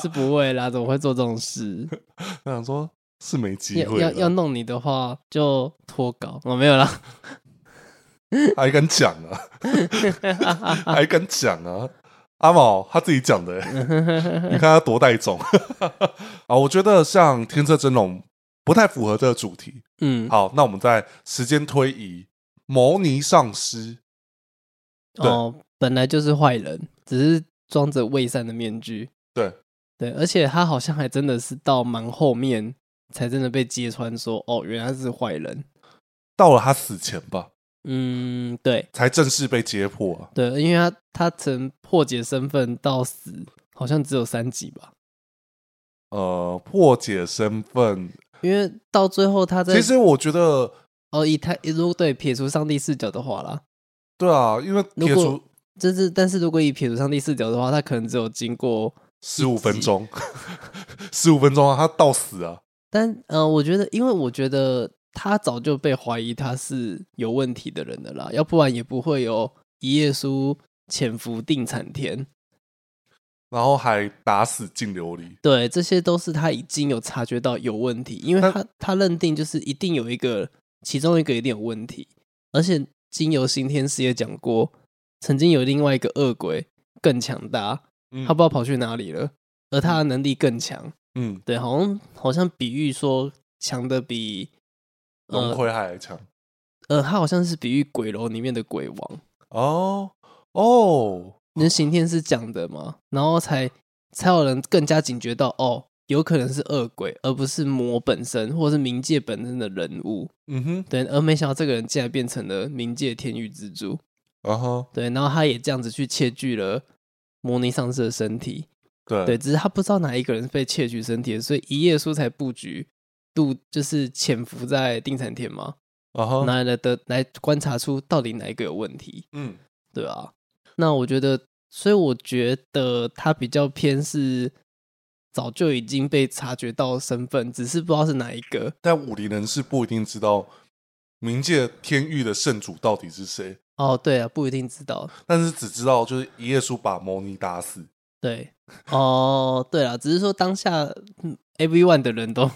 Speaker 2: 是不会啦，怎么会做这种事？
Speaker 1: 我想说，是没 *laughs* 机
Speaker 2: 要
Speaker 1: 会
Speaker 2: 要
Speaker 1: 了，
Speaker 2: 要弄你的话，就脱稿。哦我、没有啦， *laughs*
Speaker 1: 还敢讲啊？还敢讲啊？阿毛他自己讲的、欸，你看他多带种 *laughs* 啊！我觉得像天策真龙不太符合这个主题，
Speaker 2: 嗯，
Speaker 1: 好，那我们再时间推移，牟尼上师，对
Speaker 2: 哦，本来就是坏人，只是装着伪善的面具。
Speaker 1: 对，
Speaker 2: 对，而且他好像还真的是到蛮后面才真的被揭穿说，哦，原来是坏人。
Speaker 1: 到了他死前吧，
Speaker 2: 嗯，对
Speaker 1: 才正式被揭破啊。
Speaker 2: 对，因为他他曾破解身份到死，好像只有三集吧。
Speaker 1: 呃，破解身份，
Speaker 2: 因为到最后他在
Speaker 1: 其实我觉得，
Speaker 2: 哦，以他如果对撇除上帝视角的话啦，
Speaker 1: 对啊，因为
Speaker 2: 如
Speaker 1: 撇
Speaker 2: 果
Speaker 1: 除
Speaker 2: 就是但是如果以撇除上帝视角的话，他可能只有经过
Speaker 1: 十五分钟，十五分钟啊，他到死啊，
Speaker 2: 但呃，我觉得，因为我觉得他早就被怀疑他是有问题的人的啦，要不然也不会有一页书潜伏定产田。
Speaker 1: 然后还打死净琉璃。
Speaker 2: 对，这些都是他已经有察觉到有问题，因为
Speaker 1: 但
Speaker 2: 他他认定就是一定有一个，其中一个一定有问题，而且经由刑天师也讲过，曾经有另外一个恶鬼更强大，
Speaker 1: 嗯
Speaker 2: 他不知道跑去哪里了，而他的能力更强，
Speaker 1: 嗯，
Speaker 2: 对，好像好像比喻说强的比。
Speaker 1: 龙
Speaker 2: 呃，
Speaker 1: 葵海还强
Speaker 2: 呃，他好像是比喻鬼楼里面的鬼王，
Speaker 1: 哦哦，
Speaker 2: 那刑天是讲的嘛，然后才才有人更加警觉到，哦，有可能是恶鬼，而不是魔本身或是冥界本身的人物，
Speaker 1: 嗯哼，
Speaker 2: 对，而没想到这个人竟然变成了冥界天域之主，
Speaker 1: 啊哈，
Speaker 2: 对，然后他也这样子去窃据了摩尼上师的身体，
Speaker 1: 对
Speaker 2: 对，只是他不知道哪一个人是被窃取身体的，所以一页书才布局。度就是潜伏在定产天嘛，
Speaker 1: 啊哈，
Speaker 2: 拿来的来观察出到底哪一个有问题。
Speaker 1: 嗯
Speaker 2: 对啊，那我觉得，所以我觉得他比较偏是早就已经被察觉到身份，只是不知道是哪一个
Speaker 1: 但武林人士不一定知道冥界天域的圣主到底是谁，
Speaker 2: 哦。对啊，不一定知道。
Speaker 1: 但是只知道就是一页书把牟尼打死，
Speaker 2: 对，哦，对啊，只是说当下嗯 everyone 的人都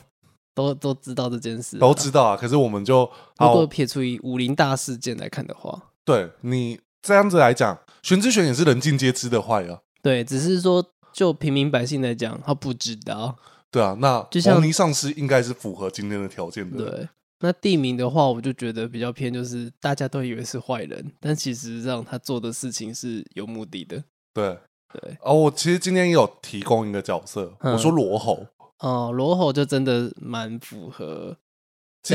Speaker 2: 都都知道这件事啊，
Speaker 1: 都知道啊。可是我们就
Speaker 2: 如
Speaker 1: 好
Speaker 2: 果，撇除以武林大事件来看的话，
Speaker 1: 对你这样子来讲，玄之玄也是人尽皆知的坏啊，
Speaker 2: 对，只是说就平民百姓来讲，他不知道。
Speaker 1: 对啊。那
Speaker 2: 就像
Speaker 1: 牟尼上师应该是符合今天的条件的，
Speaker 2: 对，那地名的话，我就觉得比较偏，就是大家都以为是坏人，但其实让他做的事情是有目的的。
Speaker 1: 对。
Speaker 2: 对，
Speaker 1: 哦，我其实今天也有提供一个角色，
Speaker 2: 嗯
Speaker 1: 我说罗喉。
Speaker 2: 哦、罗喉就真的蛮符合这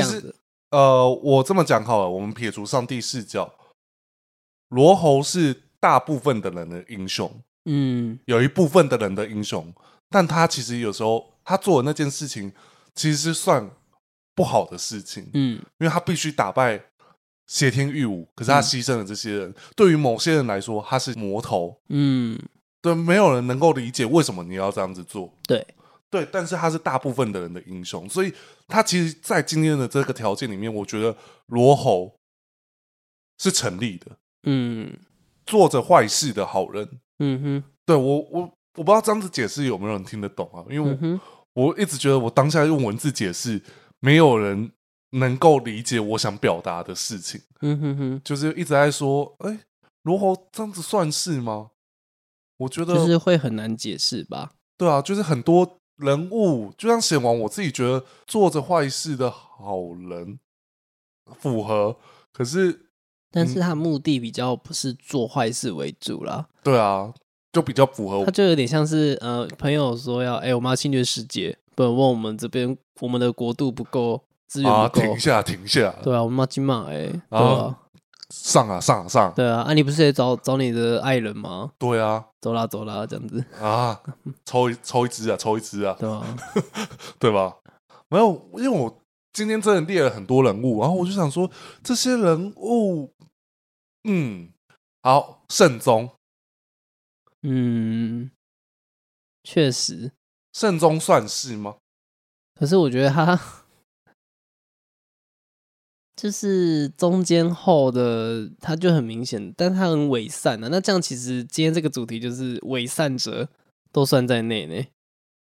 Speaker 1: 其
Speaker 2: 样
Speaker 1: 实
Speaker 2: 子。
Speaker 1: 呃，我这么讲好了，我们撇除上帝视角，罗喉是大部分的人的英雄，
Speaker 2: 嗯，
Speaker 1: 有一部分的人的英雄，但他其实有时候他做的那件事情，其实是算不好的事情，
Speaker 2: 嗯，
Speaker 1: 因为他必须打败挟天御武，可是他牺牲了这些人。对于某些人来说，他是魔头，
Speaker 2: 嗯，
Speaker 1: 对，没有人能够理解为什么你要这样子做。
Speaker 2: 对，
Speaker 1: 对，但是他是大部分的人的英雄，所以他其实，在今天的这个条件里面，我觉得罗侯是成立的。
Speaker 2: 嗯
Speaker 1: 做着坏事的好人。
Speaker 2: 嗯哼，
Speaker 1: 对我，我我不知道这样子解释有没有人听得懂啊？因为
Speaker 2: *laughs*
Speaker 1: 我、
Speaker 2: 嗯哼，
Speaker 1: 我一直觉得我当下用文字解释，没有人能够理解我想表达的事情，
Speaker 2: 嗯哼哼，
Speaker 1: 就是一直在说，哎、罗喉这样子算是吗？我觉得、
Speaker 2: 就是会很难解释吧？
Speaker 1: 对啊，就是很多人物，就像贤王，我自己觉得做着坏事的好人符合，可是
Speaker 2: 但
Speaker 1: 嗯
Speaker 2: 是他目的比较不是做坏事为主啦，
Speaker 1: 对啊，就比较符合我
Speaker 2: 他就有点像是呃，朋友说要哎、我们要侵略世界，不然问我们这边我们的国度不够，资源
Speaker 1: 啊，
Speaker 2: 不够，
Speaker 1: 停下，停下，
Speaker 2: 对啊，我们要金马哎，
Speaker 1: 啊
Speaker 2: 对啊，
Speaker 1: 上啊，上啊，上啊，
Speaker 2: 对啊，啊，你不是也找找你的爱人吗？
Speaker 1: 对啊，
Speaker 2: 走啦走啦，这样子， *laughs*
Speaker 1: 啊，抽一抽一支啊，抽一支啊，
Speaker 2: 对吧？
Speaker 1: 对吧？没有，因为我今天真的列了很多人物，然后我就想说，这些人物，嗯，好，圣宗，
Speaker 2: 嗯，确实，
Speaker 1: 圣宗算是吗？
Speaker 2: 可是我觉得他就是中间后的，他就很明显，但他很伪善啊。那这样其实今天这个主题就是伪善者都算在内呢。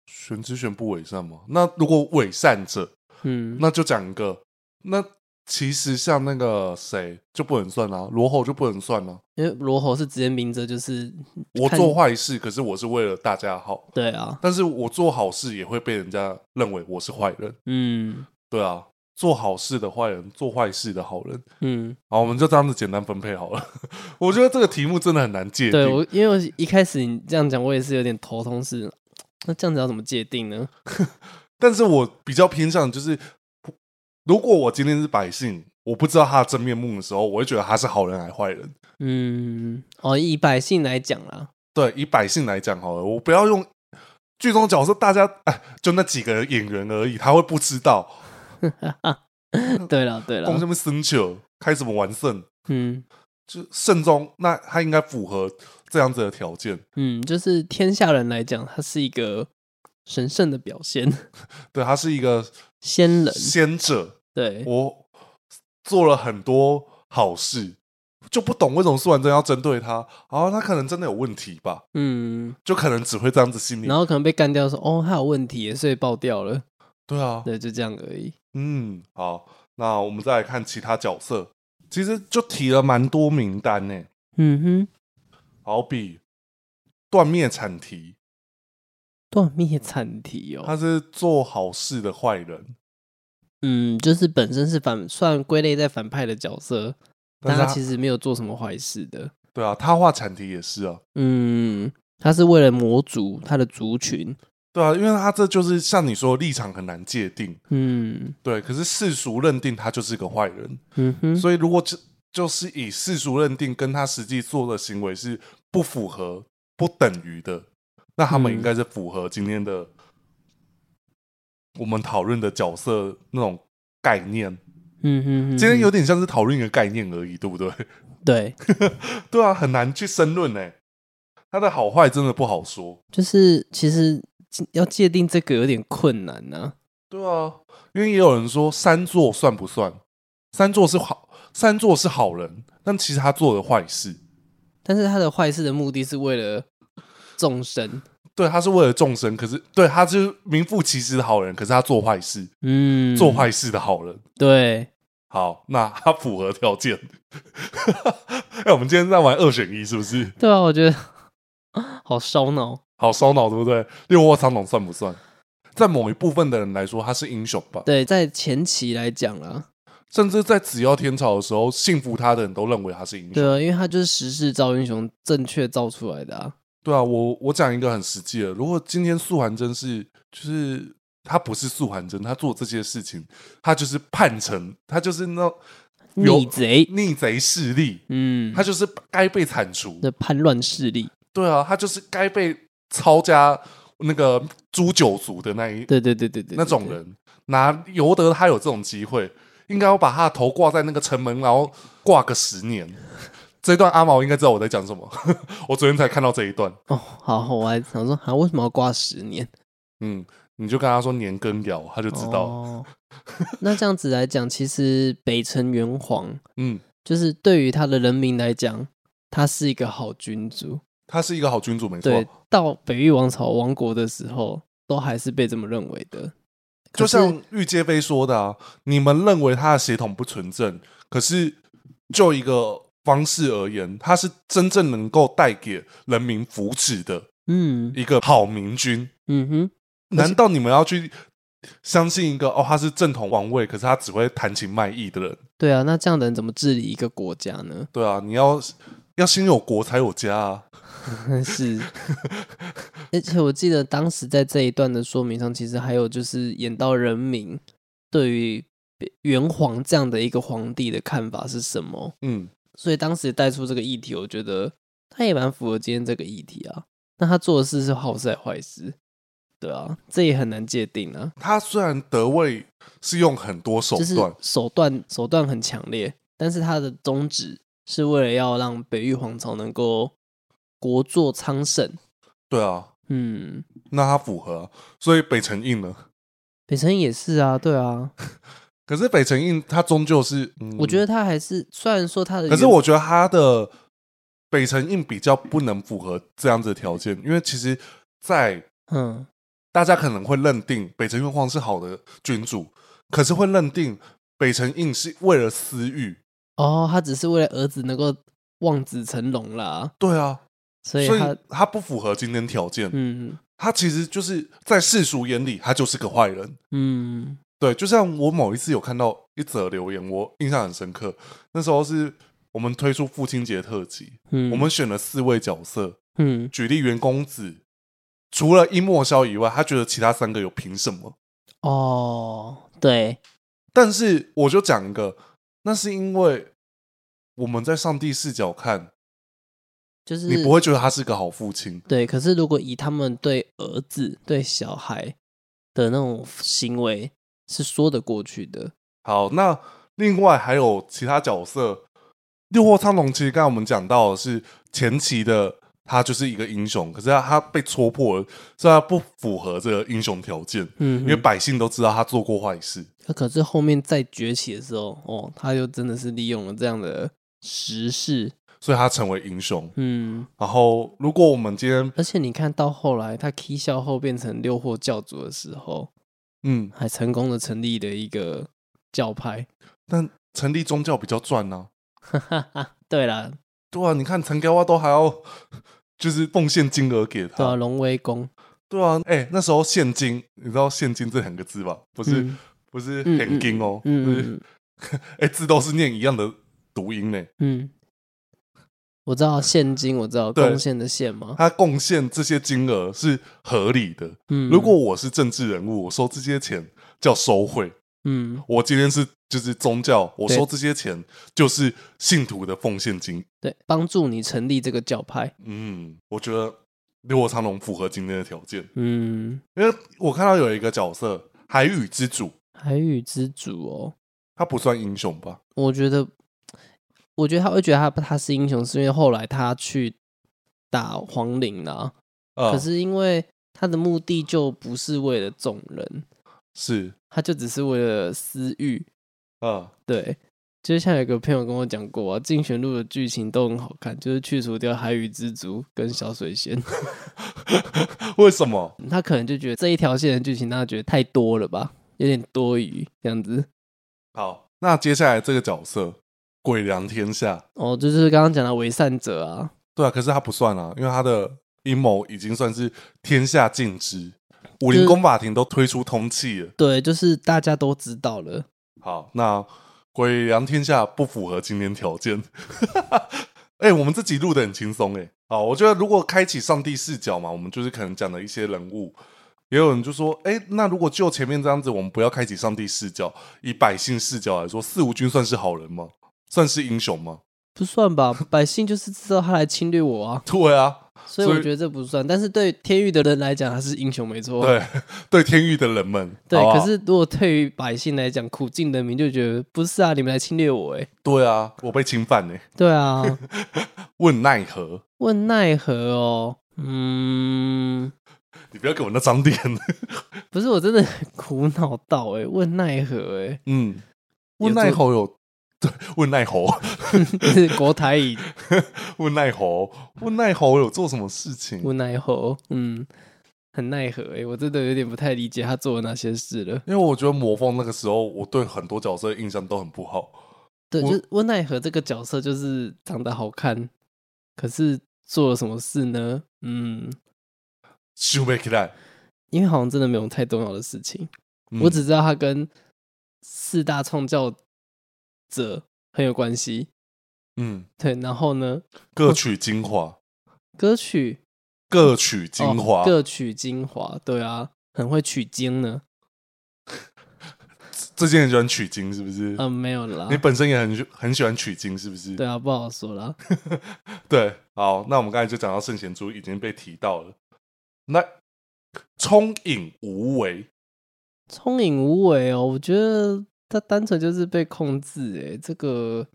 Speaker 1: 玄之玄不伪善吗？那如果伪善者，
Speaker 2: 嗯，
Speaker 1: 那就讲一个，那其实像那个谁就不能算啊，罗喉就不能算啊。
Speaker 2: 因为罗喉是直接明着，就是
Speaker 1: 我
Speaker 2: 看
Speaker 1: 做坏事，可是我是为了大家好，
Speaker 2: 对啊，
Speaker 1: 但是我做好事也会被人家认为我是坏人。
Speaker 2: 嗯
Speaker 1: 对啊，做好事的坏人，做坏事的好人。
Speaker 2: 嗯，
Speaker 1: 好，我们就这样子简单分配好了。 *laughs* 我觉得这个题目真的很难界定。
Speaker 2: 对我，因为我一开始你这样讲，我也是有点头痛是，那这样子要怎么界定呢？
Speaker 1: 但是我比较偏向就是，如果我今天是百姓，我不知道他的真面目的时候，我会觉得他是好人还是坏人。
Speaker 2: 嗯，哦，以百姓来讲啦，
Speaker 1: 对，以百姓来讲好了，我不要用剧中角色，大家哎，就那几个演员而已，他会不知道，
Speaker 2: 对了对啊
Speaker 1: 光
Speaker 2: 了
Speaker 1: 什，么生球，开什么玩胜，
Speaker 2: 嗯
Speaker 1: 就慎终，那他应该符合这样子的条件。
Speaker 2: 嗯，就是天下人来讲，他是一个神圣的表现，
Speaker 1: 对，他是一个
Speaker 2: 仙人，
Speaker 1: 先者，
Speaker 2: 对，
Speaker 1: 我做了很多好事，就不懂为什么苏婉珍要针对他。然后他可能真的有问题吧，
Speaker 2: 嗯，
Speaker 1: 就可能只会这样子心里
Speaker 2: 然。后可能被干掉说，哦，他有问题耶，所以爆掉了，
Speaker 1: 对啊，
Speaker 2: 对，就这样而已，
Speaker 1: 嗯，好，那我们再来看其他角色，其实就提了蛮多名单呢，
Speaker 2: 嗯哼，
Speaker 1: 好比断灭产提，
Speaker 2: 断灭惨题哦，
Speaker 1: 他是做好事的坏人，
Speaker 2: 嗯，就是本身是反算归类在反派的角色，
Speaker 1: 但
Speaker 2: 但
Speaker 1: 是
Speaker 2: 他
Speaker 1: 他
Speaker 2: 其实没有做什么坏事的。
Speaker 1: 对啊，他画产提也是啊，
Speaker 2: 嗯，他是为了魔族他的族群，
Speaker 1: 对啊，因为他这就是像你说的立场很难界定，
Speaker 2: 嗯
Speaker 1: 对，可是世俗认定他就是个坏人，
Speaker 2: 嗯哼，
Speaker 1: 所以如果就就是以世俗认定跟他实际做的行为是不符合、不等于的，那他们
Speaker 2: 嗯
Speaker 1: 应该是符合今天的我们讨论的角色那种概念。
Speaker 2: 嗯哼哼，
Speaker 1: 今天有点像是讨论一个概念而已，对
Speaker 2: *laughs*
Speaker 1: 不对？
Speaker 2: 对，
Speaker 1: 对啊，很难去申论呢、他的好坏真的不好说。
Speaker 2: 就是其实要界定这个有点困难呢、
Speaker 1: 对啊，因为也有人说三座算不算？三座是好，三座是好人，但其实他做了坏事。
Speaker 2: 但是他的坏事的目的是为了众生，
Speaker 1: 对，他是为了众生，可是对他就是名副其实的好人，可是他做坏事，
Speaker 2: 嗯，
Speaker 1: 做坏事的好人。
Speaker 2: 对，
Speaker 1: 好，那他符合条件。 *laughs* 哎、我们今天在玩二选一，是不是？
Speaker 2: 对啊，我觉得好烧脑，
Speaker 1: 好烧脑，对不对？六窝长龙算不算？在某一部分的人来说，他是英雄吧？
Speaker 2: 对，在前期来讲啊啦，
Speaker 1: 甚至在紫耀天朝的时候，信服他的人都认为他是英雄。
Speaker 2: 对啊，因为他就是时势造英雄，正确造出来的啊，
Speaker 1: 对啊，我我讲一个很实际的，如果今天素还真是就是他不是素还真，他做这些事情，他就是叛臣，他就是那种有
Speaker 2: 逆贼，
Speaker 1: 逆贼势力，
Speaker 2: 嗯，
Speaker 1: 他就是该被铲除。
Speaker 2: 的叛乱势力，
Speaker 1: 对啊，他就是该被抄家那个诛九族的那一
Speaker 2: 对对对对对，对
Speaker 1: 那种，人，哪由得他有这种机会？应该要把他的头挂在那个城门，然后挂个十年。 *laughs* 这一段阿毛应该知道我在讲什么， *laughs* 我昨天才看到这一段。
Speaker 2: 对哦，好，我还想说，啊，为什么要挂十年？
Speaker 1: 嗯，你就跟他说年羹尧，他就知道。
Speaker 2: 哦那这样子来讲，其实北辰元皇
Speaker 1: 嗯，
Speaker 2: 就是对于他的人民来讲，他是一个好君主。
Speaker 1: 他是一个好君主，没错。
Speaker 2: 对，到北域王朝亡国的时候，都还是被这么认为的。
Speaker 1: 就
Speaker 2: 可是
Speaker 1: 像玉阶飞说的啊，你们认为他的血统不纯正，可是就一个方式而言，他是真正能够带给人民福祉的
Speaker 2: 嗯
Speaker 1: 一个好明君。
Speaker 2: 嗯哼，
Speaker 1: 难道你们要去相信一个哦，他是正统王位，可是他只会弹琴卖艺的人？
Speaker 2: 对啊，那这样的人怎么治理一个国家呢？
Speaker 1: 对啊，你要要先有国才有家啊。 *laughs*
Speaker 2: 是，而且我记得当时在这一段的说明上，其实还有就是演到人民对于元皇这样的一个皇帝的看法是什么，
Speaker 1: 嗯，
Speaker 2: 所以当时带出这个议题，我觉得他也蛮符合今天这个议题啊。那他做的事是好事还是坏事？对啊，这也很难界定啊。
Speaker 1: 他虽然得位是用很多手
Speaker 2: 就是
Speaker 1: 段，
Speaker 2: 手段手段很强烈，但是他的宗旨是为了要让北域皇朝能够国祚昌盛。
Speaker 1: 对啊，
Speaker 2: 嗯，
Speaker 1: 那他符合啊、所以北辰印呢？
Speaker 2: 北辰也是啊，对啊，
Speaker 1: 可是北辰印他终究是，嗯、
Speaker 2: 我觉得他还是虽然说他的原，
Speaker 1: 可是我觉得他的北辰印比较不能符合这样子的条件，因为其实，在
Speaker 2: 嗯，
Speaker 1: 大家可能会认定北辰元皇是好的君主，可是会认定北辰印是为了私欲。
Speaker 2: 哦，他只是为了儿子能够望子成龙啦，
Speaker 1: 对啊，
Speaker 2: 所
Speaker 1: 所
Speaker 2: 以
Speaker 1: 以
Speaker 2: 他
Speaker 1: 他不符合今天条件。
Speaker 2: 嗯
Speaker 1: 他其实就是在世俗眼里，他就是个坏人。
Speaker 2: 嗯
Speaker 1: 对，就像我某一次有看到一则留言，我印象很深刻。那时候是我们推出父亲节特辑，
Speaker 2: 嗯，
Speaker 1: 我们选了四位角色，
Speaker 2: 嗯
Speaker 1: 举例袁公子，除了殷莫萧以外，他觉得其他三个有凭什么？
Speaker 2: 哦，对，
Speaker 1: 但是我就讲一个，那是因为我们在上帝视角看，
Speaker 2: 就是
Speaker 1: 你不会觉得他是个好父亲。
Speaker 2: 对，可是如果以他们对儿子、对小孩的那种行为是说得过去的。
Speaker 1: 好，那另外还有其他角色，六祸苍龙其实刚才我们讲到的是前期的他就是一个英雄，可是他他被戳破了，所以他不符合这个英雄条件，
Speaker 2: 嗯
Speaker 1: 因为百姓都知道他做过坏事。
Speaker 2: 那可是后面再崛起的时候，哦，他就真的是利用了这样的时势，
Speaker 1: 所以他成为英雄。
Speaker 2: 嗯，
Speaker 1: 然后，如果我们今天，
Speaker 2: 而且你看到后来他 K 笑后变成六惑教主的时候，
Speaker 1: 嗯，
Speaker 2: 还成功的成立了一个教派，
Speaker 1: 但成立宗教比较赚呢、
Speaker 2: 哈哈哈。对啦，
Speaker 1: 对啊，你看陈高蛙都还要 *laughs* 就是奉献金额给
Speaker 2: 对啊，
Speaker 1: 他，
Speaker 2: 龙威宫
Speaker 1: 对啊，哎、那时候现金，你知道现金这两个字吧？不是、
Speaker 2: 嗯
Speaker 1: 不是
Speaker 2: 嗯
Speaker 1: 很金哦，
Speaker 2: 嗯
Speaker 1: 不
Speaker 2: 嗯
Speaker 1: 是
Speaker 2: 嗯
Speaker 1: 哎、字都是念一样的读音呢。
Speaker 2: 嗯，我知道现金，我知道
Speaker 1: 对
Speaker 2: 贡献的献嘛，
Speaker 1: 他贡献这些金额是合理的。
Speaker 2: 嗯，
Speaker 1: 如果我是政治人物，我收这些钱叫收贿；
Speaker 2: 嗯
Speaker 1: 我今天是就是宗教，我
Speaker 2: 对
Speaker 1: 收这些钱就是信徒的奉献金。
Speaker 2: 对，帮助你成立这个教派。
Speaker 1: 嗯，我觉得六国长龙符合今天的条件，
Speaker 2: 嗯，
Speaker 1: 因为我看到有一个角色海宇之主，
Speaker 2: 海宇之主哦，
Speaker 1: 他不算英雄吧？
Speaker 2: 我觉得，我觉得他会觉得他他是英雄，是因为后来他去打皇陵啦、
Speaker 1: 啊、
Speaker 2: 可是因为他的目的就不是为了众人，
Speaker 1: 是
Speaker 2: 他就只是为了私欲。
Speaker 1: 啊，
Speaker 2: 对，就像有个朋友跟我讲过啊，《竞选录》的剧情都很好看，就是去除掉海宇之族跟小水仙，
Speaker 1: *laughs*
Speaker 2: *laughs*
Speaker 1: 为什么？
Speaker 2: 他可能就觉得这一条线的剧情，他觉得太多了吧，有点多余这样子。
Speaker 1: 好，那接下来这个角色鬼良天下，
Speaker 2: 哦，就是刚刚讲的为善者啊，
Speaker 1: 对啊，可是他不算啊，因为他的阴谋已经算是天下尽知，武林公法庭都推出通气了。
Speaker 2: 对，就是大家都知道了。
Speaker 1: 好，那鬼良天下不符合今天条件。哎、我们这集录的很轻松哎。好，我觉得如果开启上帝视角嘛，我们就是可能讲的一些人物，也有人就说，哎、那如果就前面这样子，我们不要开启上帝视角，以百姓视角来说，四无君算是好人吗？算是英雄吗？ *laughs*
Speaker 2: 不算吧，百姓就是知道他来侵略我啊，
Speaker 1: 对啊，
Speaker 2: 所以
Speaker 1: 所以
Speaker 2: 我觉得这不算。但是对天域的人来讲，他是英雄没错。
Speaker 1: 对 *laughs* 对，天域的人们，
Speaker 2: 对
Speaker 1: 好不好啊
Speaker 2: 可是如果对于百姓来讲，苦尽人民就觉得不是啊，你们来侵略我哎、
Speaker 1: 对啊，我被侵犯呢、 *laughs*
Speaker 2: 对啊，
Speaker 1: 问奈何？
Speaker 2: 问奈何哦，嗯，
Speaker 1: 你不要给我那张脸。 *laughs*
Speaker 2: 不是，我真的很苦恼欸到哎、问奈何哎、
Speaker 1: *laughs* 嗯，问奈何有对问奈何，
Speaker 2: 是 *laughs* 国台语
Speaker 1: 问奈侯，问奈侯有做什么事情？
Speaker 2: 不奈何，嗯，很奈何哎、我真的有点不太理解他做了哪些事了。
Speaker 1: 因为我觉得魔方那个时候，我对很多角色的印象都很不好。
Speaker 2: 对，
Speaker 1: 我
Speaker 2: 就是温奈何这个角色就是长得好看，可是做了什么事呢？嗯，
Speaker 1: 修美起来，
Speaker 2: 因为好像真的没有太重要的事情，
Speaker 1: 嗯
Speaker 2: 我只知道他跟四大创教者很有关系。
Speaker 1: 嗯，
Speaker 2: 对，然后呢，
Speaker 1: 各取精华，
Speaker 2: 歌曲
Speaker 1: 各取精华
Speaker 2: 哦，各取精华，对啊，很会取经呢。
Speaker 1: 最近很喜欢取经，是不是？
Speaker 2: 嗯，没有啦
Speaker 1: 你，本身也很喜很喜欢取经，是不是？
Speaker 2: 对啊，不好说啦。
Speaker 1: 对，好，那我们刚才就讲到圣贤珠已经被提到了，那充盈无为，
Speaker 2: 聪颖无为哦，我觉得他单纯就是被控制，哎，这个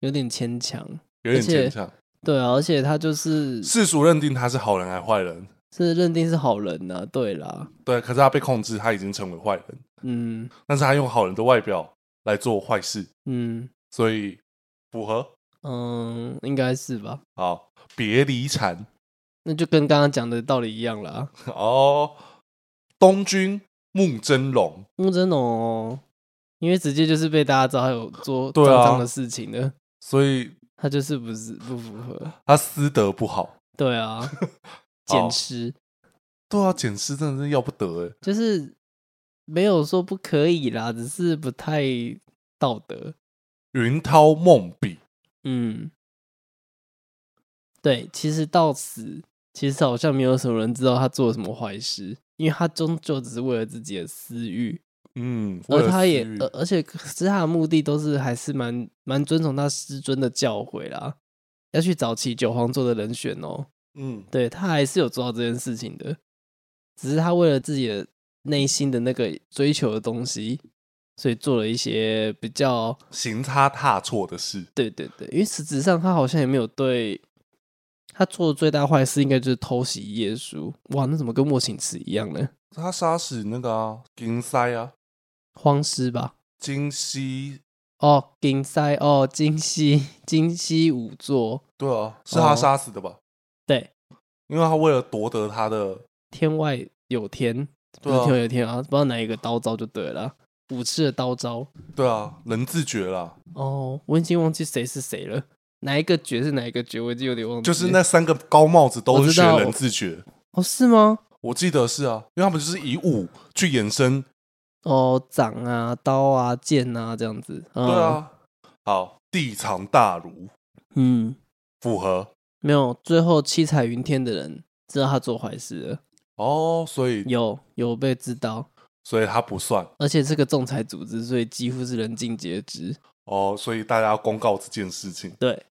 Speaker 2: 有点牵强。
Speaker 1: 有点
Speaker 2: 而且
Speaker 1: 牵强。
Speaker 2: 对啊，而且他就是
Speaker 1: 世俗认定他是好人还是坏人，
Speaker 2: 是认定是好人呐、对啦，
Speaker 1: 对，可是他被控制，他已经成为坏人，
Speaker 2: 嗯
Speaker 1: 但是他用好人的外表来做坏事，
Speaker 2: 嗯
Speaker 1: 所以符合。
Speaker 2: 嗯，应该是吧？
Speaker 1: 好，别离禅
Speaker 2: 那就跟刚刚讲的道理一样啦。
Speaker 1: 哦，东君木真龙，
Speaker 2: 木真龙、哦，因为直接就是被大家知道他有做
Speaker 1: 对啊
Speaker 2: 脏脏的事情的，
Speaker 1: 所以
Speaker 2: 他就是不是不符合。
Speaker 1: 他私德不好。
Speaker 2: 对
Speaker 1: *laughs*
Speaker 2: 啊，
Speaker 1: 好
Speaker 2: 捡尸
Speaker 1: 对啊，检视真的是要不得哎。
Speaker 2: 就是没有说不可以啦，只是不太道德。
Speaker 1: 云涛梦笔，
Speaker 2: 嗯，对，其实到此，其实好像没有什么人知道他做了什么坏事，因为他终究只是为了自己的私欲，
Speaker 1: 嗯，为
Speaker 2: 而
Speaker 1: 了
Speaker 2: 他
Speaker 1: 私
Speaker 2: 也呃
Speaker 1: 欲，
Speaker 2: 而而且可是他的目的都是还是蛮蛮遵从他师尊的教诲啦，要去找齐九皇座的人选哦。
Speaker 1: 嗯，
Speaker 2: 对他还是有做到这件事情的，只是他为了自己的内心的那个追求的东西，所以做了一些比较
Speaker 1: 行差踏错的事。
Speaker 2: 对对对，因为实质上他好像也没有对他做的最大坏事，应该就是偷袭耶稣。哇，那怎么跟莫请池一样呢？
Speaker 1: 他杀死那个啊，金塞啊，
Speaker 2: 荒师吧？
Speaker 1: 金西，
Speaker 2: 哦，金塞哦，金西金西仵作，
Speaker 1: 对啊，是他
Speaker 2: 哦
Speaker 1: 杀死的吧？
Speaker 2: 对，
Speaker 1: 因为他为了夺得他的，
Speaker 2: 天外有天，不
Speaker 1: 对
Speaker 2: 是
Speaker 1: 啊
Speaker 2: 天外有天啊，不知道哪一个刀招就对了啦，武士的刀招。
Speaker 1: 对啊，人自觉啦，
Speaker 2: 哦，我已经忘记谁是谁了，哪一个爵是哪一个爵，我已经有点忘记
Speaker 1: 就
Speaker 2: 了。
Speaker 1: 是那三个高帽子都
Speaker 2: 我
Speaker 1: 是
Speaker 2: 知
Speaker 1: 学
Speaker 2: 道
Speaker 1: 人自觉。
Speaker 2: 哦，是吗？
Speaker 1: 我记得是啊，因为他们就是以武去衍生，
Speaker 2: 哦，掌啊，刀啊，剑啊，这样子。嗯、
Speaker 1: 对，啊。好，地藏大儒
Speaker 2: 嗯。
Speaker 1: 符合
Speaker 2: 没有，最后七彩云天的人知道他做坏事了，
Speaker 1: 哦，所以
Speaker 2: 有有被知道，
Speaker 1: 所以他不算
Speaker 2: 而且是个仲裁组织，所以几乎是人尽皆知。
Speaker 1: 哦，所以大家要公告这件事情。
Speaker 2: 对，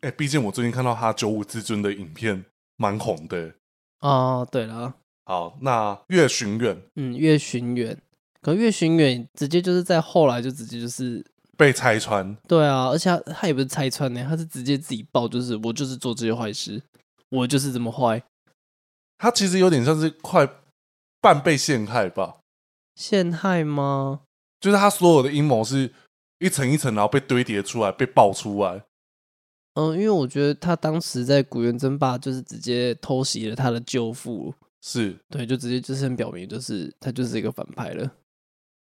Speaker 1: 哎，毕竟我最近看到他九五至尊的影片蛮红的。
Speaker 2: 哦，对了，
Speaker 1: 好，那月巡远
Speaker 2: 嗯，岳巡远，可岳巡远直接就是在后来就直接就是，
Speaker 1: 被拆穿，
Speaker 2: 对啊，而且他他也不是拆穿呢，他是直接自己爆，就是我就是做这些坏事，我就是这么坏，
Speaker 1: 他其实有点像是快半被陷害吧，
Speaker 2: 陷害吗？
Speaker 1: 就是他所有的阴谋是一层一层，然后被堆叠出来，被爆出来。
Speaker 2: 嗯，因为我觉得他当时在古元争霸就是直接偷袭了他的舅父，
Speaker 1: 是，
Speaker 2: 对，就直接就是很表明，就是他就是一个反派了。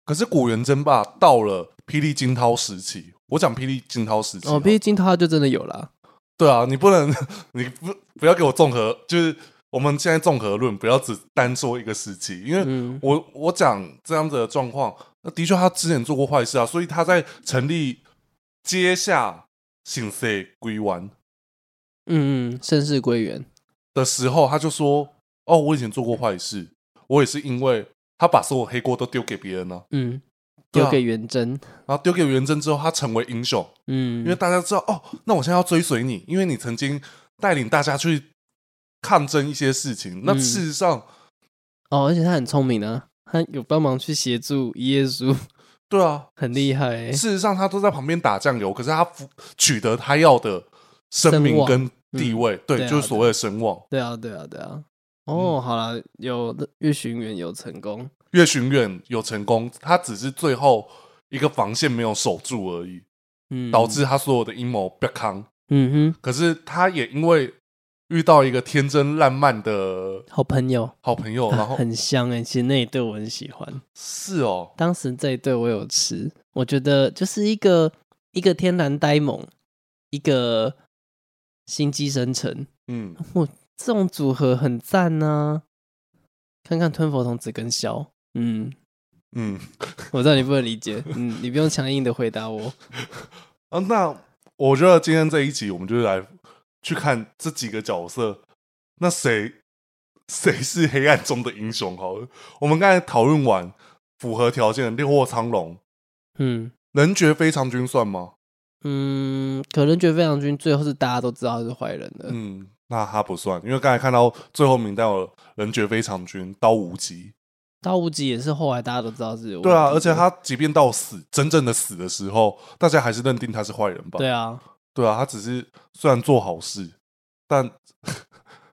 Speaker 1: 可是古元争霸到了霹雳惊涛时期，我讲霹雳惊涛时期哦，
Speaker 2: 哦，毕竟金涛就真的有啦。
Speaker 1: 对啊，你不能， *laughs* 你不不要给我综合，就是我们现在综合论，不要只单说一个时期，因为
Speaker 2: 嗯，
Speaker 1: 我我讲这样子的状况，那的确他之前做过坏事啊，所以他在成立接下醒塞归湾
Speaker 2: 嗯嗯，盛世归元。
Speaker 1: 的时候，他就说：“哦，我以前做过坏事，我也是因为他把所有黑锅都丢给别人了、
Speaker 2: 嗯，
Speaker 1: 对啊
Speaker 2: 丢给元真。
Speaker 1: 然后丢给元真之后，他成为英雄，
Speaker 2: 嗯，
Speaker 1: 因为大家知道哦，那我现在要追随你，因为你曾经带领大家去抗争一些事情。那
Speaker 2: 嗯
Speaker 1: 事实上，
Speaker 2: 哦，而且他很聪明啊，他有帮忙去协助耶稣，
Speaker 1: 对啊，
Speaker 2: 很厉害欸、
Speaker 1: 事实上他都在旁边打酱油，可是他服取得他要的声
Speaker 2: 声
Speaker 1: 名
Speaker 2: 望
Speaker 1: 跟地位，对，
Speaker 2: 对啊
Speaker 1: 就是所谓的声望。
Speaker 2: 对啊，对啊，对啊。
Speaker 1: 嗯
Speaker 2: 哦，好了，有月巡元有成功。
Speaker 1: 岳巡远有成功，他只是最后一个防线没有守住而已。
Speaker 2: 嗯，
Speaker 1: 导致他所有的阴谋被扛。
Speaker 2: 嗯哼，
Speaker 1: 可是他也因为遇到一个天真烂漫的
Speaker 2: 好朋友，
Speaker 1: 好朋友，
Speaker 2: 啊
Speaker 1: 哦然后
Speaker 2: 很香哎、其实那一对我很喜欢，
Speaker 1: 是哦，
Speaker 2: 当时这一对我有吃，我觉得就是一个一个天然呆萌，一个心机深沉，
Speaker 1: 嗯，
Speaker 2: 这种组合很赞呐、看看吞佛童子跟萧，嗯，
Speaker 1: 嗯
Speaker 2: *laughs* 我知道你不能理解，嗯，你不用强硬的回答我。
Speaker 1: 啊，那我觉得今天这一集我们就来去看这几个角色，那谁谁是黑暗中的英雄？好了，我们刚才讨论完符合条件的烈火苍龙，
Speaker 2: *laughs* 嗯
Speaker 1: 人觉非常君算吗？
Speaker 2: 嗯，可能觉得非常君最后是大家都知道他是坏人的，
Speaker 1: 嗯，那他不算，因为刚才看到最后名单有人觉非常君刀无极，
Speaker 2: 刀无极也是后来大家都知道是有
Speaker 1: 对啊，
Speaker 2: 问
Speaker 1: 而
Speaker 2: 题
Speaker 1: 且
Speaker 2: 的
Speaker 1: 他即便到死，真正的死的时候，大家还是认定他是坏人吧？
Speaker 2: 对啊，
Speaker 1: 对啊，他只是虽然做好事，但 *laughs*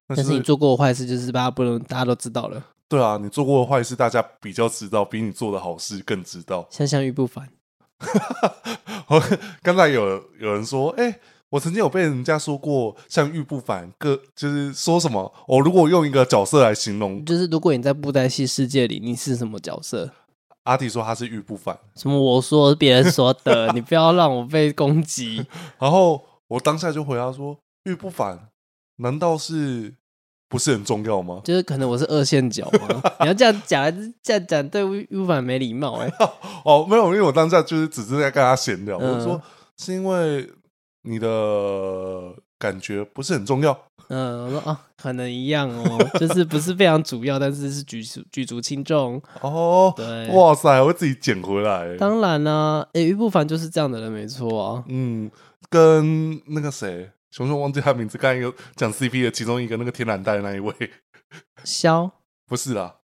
Speaker 1: 但
Speaker 2: 但是你做过的坏事就是大家不能大家都知道了，
Speaker 1: 对啊，你做过的坏事，大家比较知道，比你做的好事更知道。
Speaker 2: 相相遇不凡。
Speaker 1: 我刚才有有人说，哎、我曾经有被人家说过，像玉不凡，个就是说什么，我、如果用一个角色来形容，
Speaker 2: 就是如果你在布袋戏世界里，你是什么角色？
Speaker 1: 阿弟说他是玉不凡，
Speaker 2: 什么我说别人说 *laughs* 的，你不要让我被攻击。
Speaker 1: 然后我当下就回答说，玉不凡难道是不是很重要吗？
Speaker 2: 就是可能我是二线角嘛， *laughs* 你要这样讲，这样讲对乌乌反没礼貌哎、
Speaker 1: 哦，没有，因为我当下就是只是在跟他闲聊，我
Speaker 2: 嗯
Speaker 1: 就说是因为你的感觉不是很重要，
Speaker 2: 嗯，我说啊，可能一样哦， *laughs* 就是不是非常主要，但是是举足举足轻重。
Speaker 1: 哦，
Speaker 2: 对，
Speaker 1: 哇塞，我自己捡回来。
Speaker 2: 哎当然啦、诶，于不凡就是这样的人，没错啊。
Speaker 1: 嗯，跟那个谁，熊熊忘记他名字，刚才有讲 CP 的其中一个那个天然呆的那一位， *laughs*
Speaker 2: 萧
Speaker 1: 不是啦，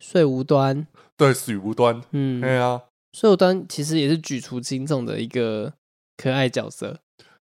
Speaker 2: 岁无端，
Speaker 1: 对，许无端，
Speaker 2: 嗯，
Speaker 1: 哎呀、
Speaker 2: 岁无端其实也是举足轻重的一个可爱角色。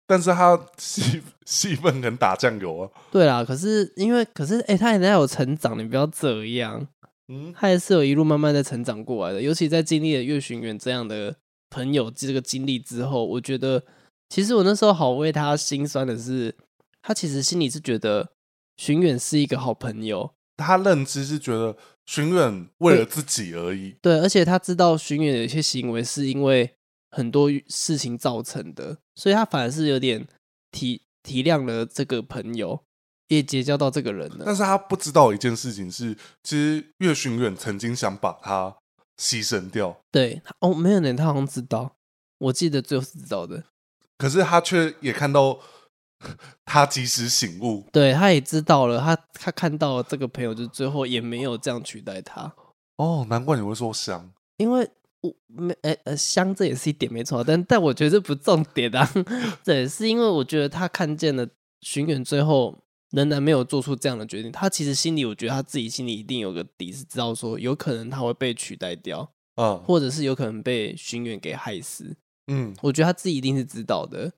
Speaker 1: 但是他戏戏份很打酱油啊，
Speaker 2: 对啦，可是因为可是诶，他也在有成长，你不要这样，
Speaker 1: 嗯，
Speaker 2: 他也是有一路慢慢在成长过来的。尤其在经历了月巡远这样的朋友这个经历之后，我觉得其实我那时候好为他心酸的是，他其实心里是觉得巡远是一个好朋友，
Speaker 1: 他认知是觉得巡远为了自己而已，
Speaker 2: 对，而且他知道巡演有一些行为是因为很多事情造成的，所以他反而是有点体体谅了这个朋友，也结交到这个人
Speaker 1: 但
Speaker 2: 了。
Speaker 1: 是他不知道一件事情是，其实岳巡远曾经想把他牺牲掉，
Speaker 2: 对，他哦，没有呢，他好像知道，我记得最后是知道的。
Speaker 1: 可是他却也看到他及时醒悟，
Speaker 2: 对，他也知道了，他他看到了这个朋友，就最后也没有这样取代他，
Speaker 1: 哦，难怪你会说香。
Speaker 2: 因为我没呃呃香这也是一点没错，但但我觉得这不重点啊， *laughs* 对，是因为我觉得他看见了巡演最后仍然没有做出这样的决定，他其实心里我觉得他自己心里一定有个底，是知道说有可能他会被取代掉，
Speaker 1: 嗯
Speaker 2: 或者是有可能被巡演给害死，
Speaker 1: 嗯，
Speaker 2: 我觉得他自己一定是知道的。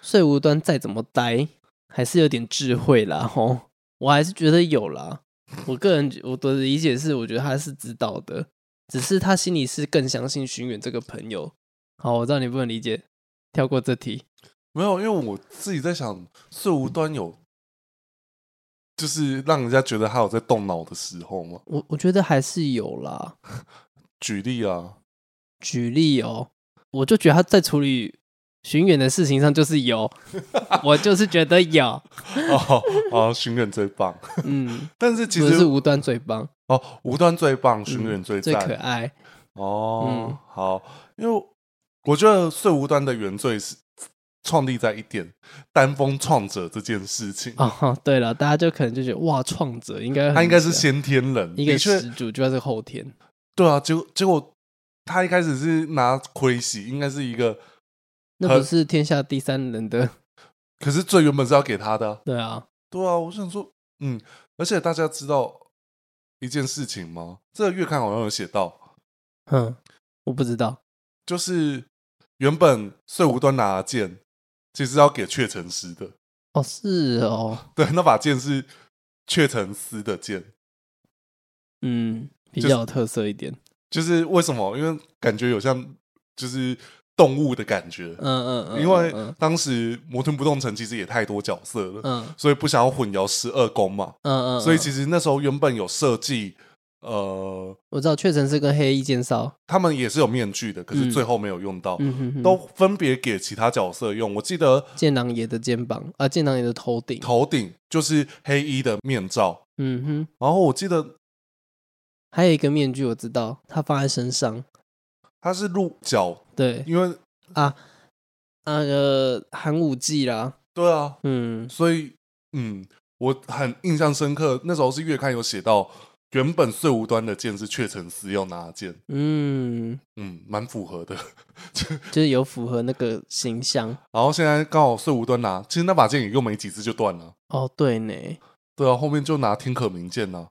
Speaker 2: 税无端再怎么呆，还是有点智慧啦吼，我还是觉得有啦。我个人我的理解是，我觉得他是知道的，只是他心里是更相信巡远这个朋友。好，我知道你不能理解，跳过这题。
Speaker 1: 没有，因为我自己在想，税无端有，就是让人家觉得他有在动脑的时候嘛。
Speaker 2: 我我觉得还是有啦。
Speaker 1: 举例啊，
Speaker 2: 举例哦，我就觉得他在处理巡远的事情上就是有， *laughs* 我就是觉得有， *laughs*
Speaker 1: 哦，哦，巡远最棒，
Speaker 2: 嗯，
Speaker 1: 但是其
Speaker 2: 不是
Speaker 1: 实
Speaker 2: 无端最棒，
Speaker 1: 哦，无端最棒，巡远最
Speaker 2: 最
Speaker 1: 赞、
Speaker 2: 可爱。
Speaker 1: 哦。
Speaker 2: 嗯
Speaker 1: 好，因为我觉得税无端的原罪是创立在一点单峰创者这件事情，
Speaker 2: *laughs* 哦，对了，大家就可能就觉得哇，创者应该
Speaker 1: 他应该是
Speaker 2: 很强
Speaker 1: 先天人，
Speaker 2: 啊一个
Speaker 1: 的确
Speaker 2: 始祖，就算是后天，
Speaker 1: 对啊，结果结果他一开始是拿盔洗，应该是一个，
Speaker 2: 那不是天下第三人的
Speaker 1: 可是罪原本是要给他的啊、
Speaker 2: 对啊，
Speaker 1: 对啊，我想说，嗯，而且大家知道一件事情吗？这个月刊好像有写到，
Speaker 2: 哼，我不知道，
Speaker 1: 就是原本税无端拿的剑，其实要给阙成师的， *laughs*
Speaker 2: 哦是哦，
Speaker 1: 对，那把剑是阙成师的剑，
Speaker 2: 嗯，比
Speaker 1: 就是
Speaker 2: 较有特色一点，
Speaker 1: 就是为什么？因为感觉有像就是动物的感觉，
Speaker 2: 嗯嗯嗯，
Speaker 1: 因为
Speaker 2: 嗯
Speaker 1: 当时摩登不动城其实也太多角色了，
Speaker 2: 嗯
Speaker 1: 所以不想要混淆十二宫嘛，
Speaker 2: 嗯嗯，
Speaker 1: 所以
Speaker 2: 实
Speaker 1: 其实那时候原本有设计，呃，
Speaker 2: 我知道确诊是跟黑衣剑少，
Speaker 1: 他们也是有面具的，可是
Speaker 2: 嗯
Speaker 1: 最后没有用到，
Speaker 2: 嗯哼哼，
Speaker 1: 哦都分别给其他角色用。我记得
Speaker 2: 剑狼爷的肩膀啊，剑狼爷的头顶，
Speaker 1: 头顶就是黑衣的面罩，
Speaker 2: 嗯哼，
Speaker 1: 然后我记得
Speaker 2: 还有一个面具我知道，他放在身上，
Speaker 1: 他是鹿角，
Speaker 2: 对，
Speaker 1: 因为
Speaker 2: 啊，那个寒武纪啦，
Speaker 1: 对啊，
Speaker 2: 嗯
Speaker 1: 所以嗯，我很印象深刻，那时候是月刊有写到。原本最无端的剑是雀城司要拿的剑，
Speaker 2: 嗯，
Speaker 1: 嗯，蛮符合的。 *laughs*
Speaker 2: 就是有符合那个形象。
Speaker 1: 然后现在刚好碎无端拿，其实那把剑也用没几次就断了。
Speaker 2: 哦，对呢，
Speaker 1: 对啊，后面就拿天可明剑了、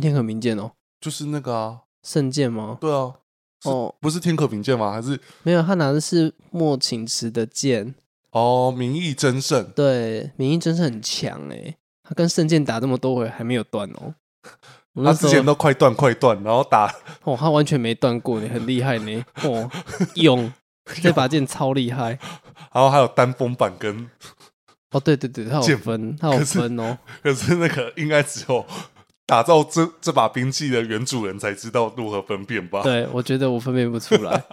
Speaker 2: 天可明剑哦，
Speaker 1: 就是那个啊，
Speaker 2: 圣剑吗？
Speaker 1: 对啊，是
Speaker 2: 哦，
Speaker 1: 不是天可明剑吗？还是
Speaker 2: 没有，他拿的是莫请池的剑。
Speaker 1: 哦，名义真胜，
Speaker 2: 对，明义真是很强哎，他跟圣剑打这么多回还没有断 *laughs* 哦。我
Speaker 1: 他
Speaker 2: 那时
Speaker 1: 之
Speaker 2: 候
Speaker 1: 前都快断快断，然后打
Speaker 2: 哦，他完全没断过呢，很厉害呢。哦， *laughs* 勇，这把剑超厉害。
Speaker 1: 然后还有单锋版跟，
Speaker 2: 哦，对对对，他有
Speaker 1: 剑
Speaker 2: 分，他有
Speaker 1: 可是
Speaker 2: 分哦。
Speaker 1: 可是那个应该只有打造这这把兵器的原主人才知道如何分辨吧？，
Speaker 2: 对，我觉得我分辨不出来。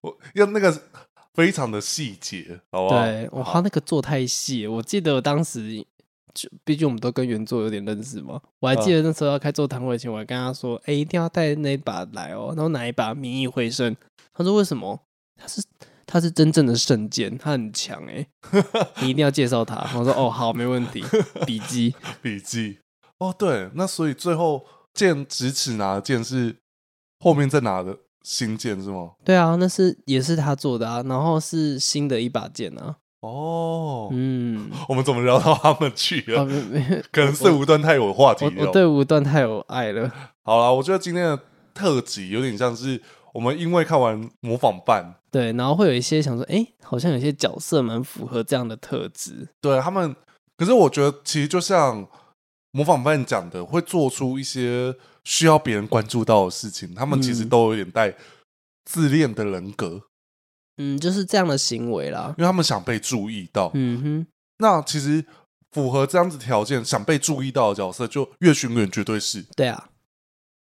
Speaker 1: 我要那个非常的细节，好不好？
Speaker 2: 对，哇，他那个做太细了，我记得我当时就，毕竟我们都跟原作有点认识嘛，我还记得那时候要开座谈会前，我还跟他说，哎、一定要带那一把来哦，然后拿一把名义回声，他说为什么？他是他是真正的圣剑，他很强哎、你一定要介绍他。我说哦，好，没问题，笔记，
Speaker 1: 笔记哦，对，那所以最后剑直尺拿的剑是后面再拿的新剑是吗？
Speaker 2: 对啊，那是也是他做的啊，然后是新的一把剑啊，
Speaker 1: 哦，
Speaker 2: 嗯，
Speaker 1: 我们怎么聊到他们去
Speaker 2: 啊
Speaker 1: 了？
Speaker 2: 没没
Speaker 1: 可能是无端太有话题
Speaker 2: 我我
Speaker 1: 了。
Speaker 2: 对吴段太有爱了，
Speaker 1: 好啦，我觉得今天的特辑有点像是我们因为看完模仿办，
Speaker 2: 对，然后会有一些想说，哎，好像有些角色蛮符合这样的特质，
Speaker 1: 对他们，可是我觉得其实就像模仿办讲的，会做出一些需要别人关注到的事情，他们其实
Speaker 2: 嗯
Speaker 1: 都有点带自恋的人格，
Speaker 2: 嗯，就是这样的行为啦
Speaker 1: 因，为他们想被注意到。
Speaker 2: 嗯哼，
Speaker 1: 那其实符合这样子条件、想被注意到的角色，就月巡远绝对是，
Speaker 2: 对啊，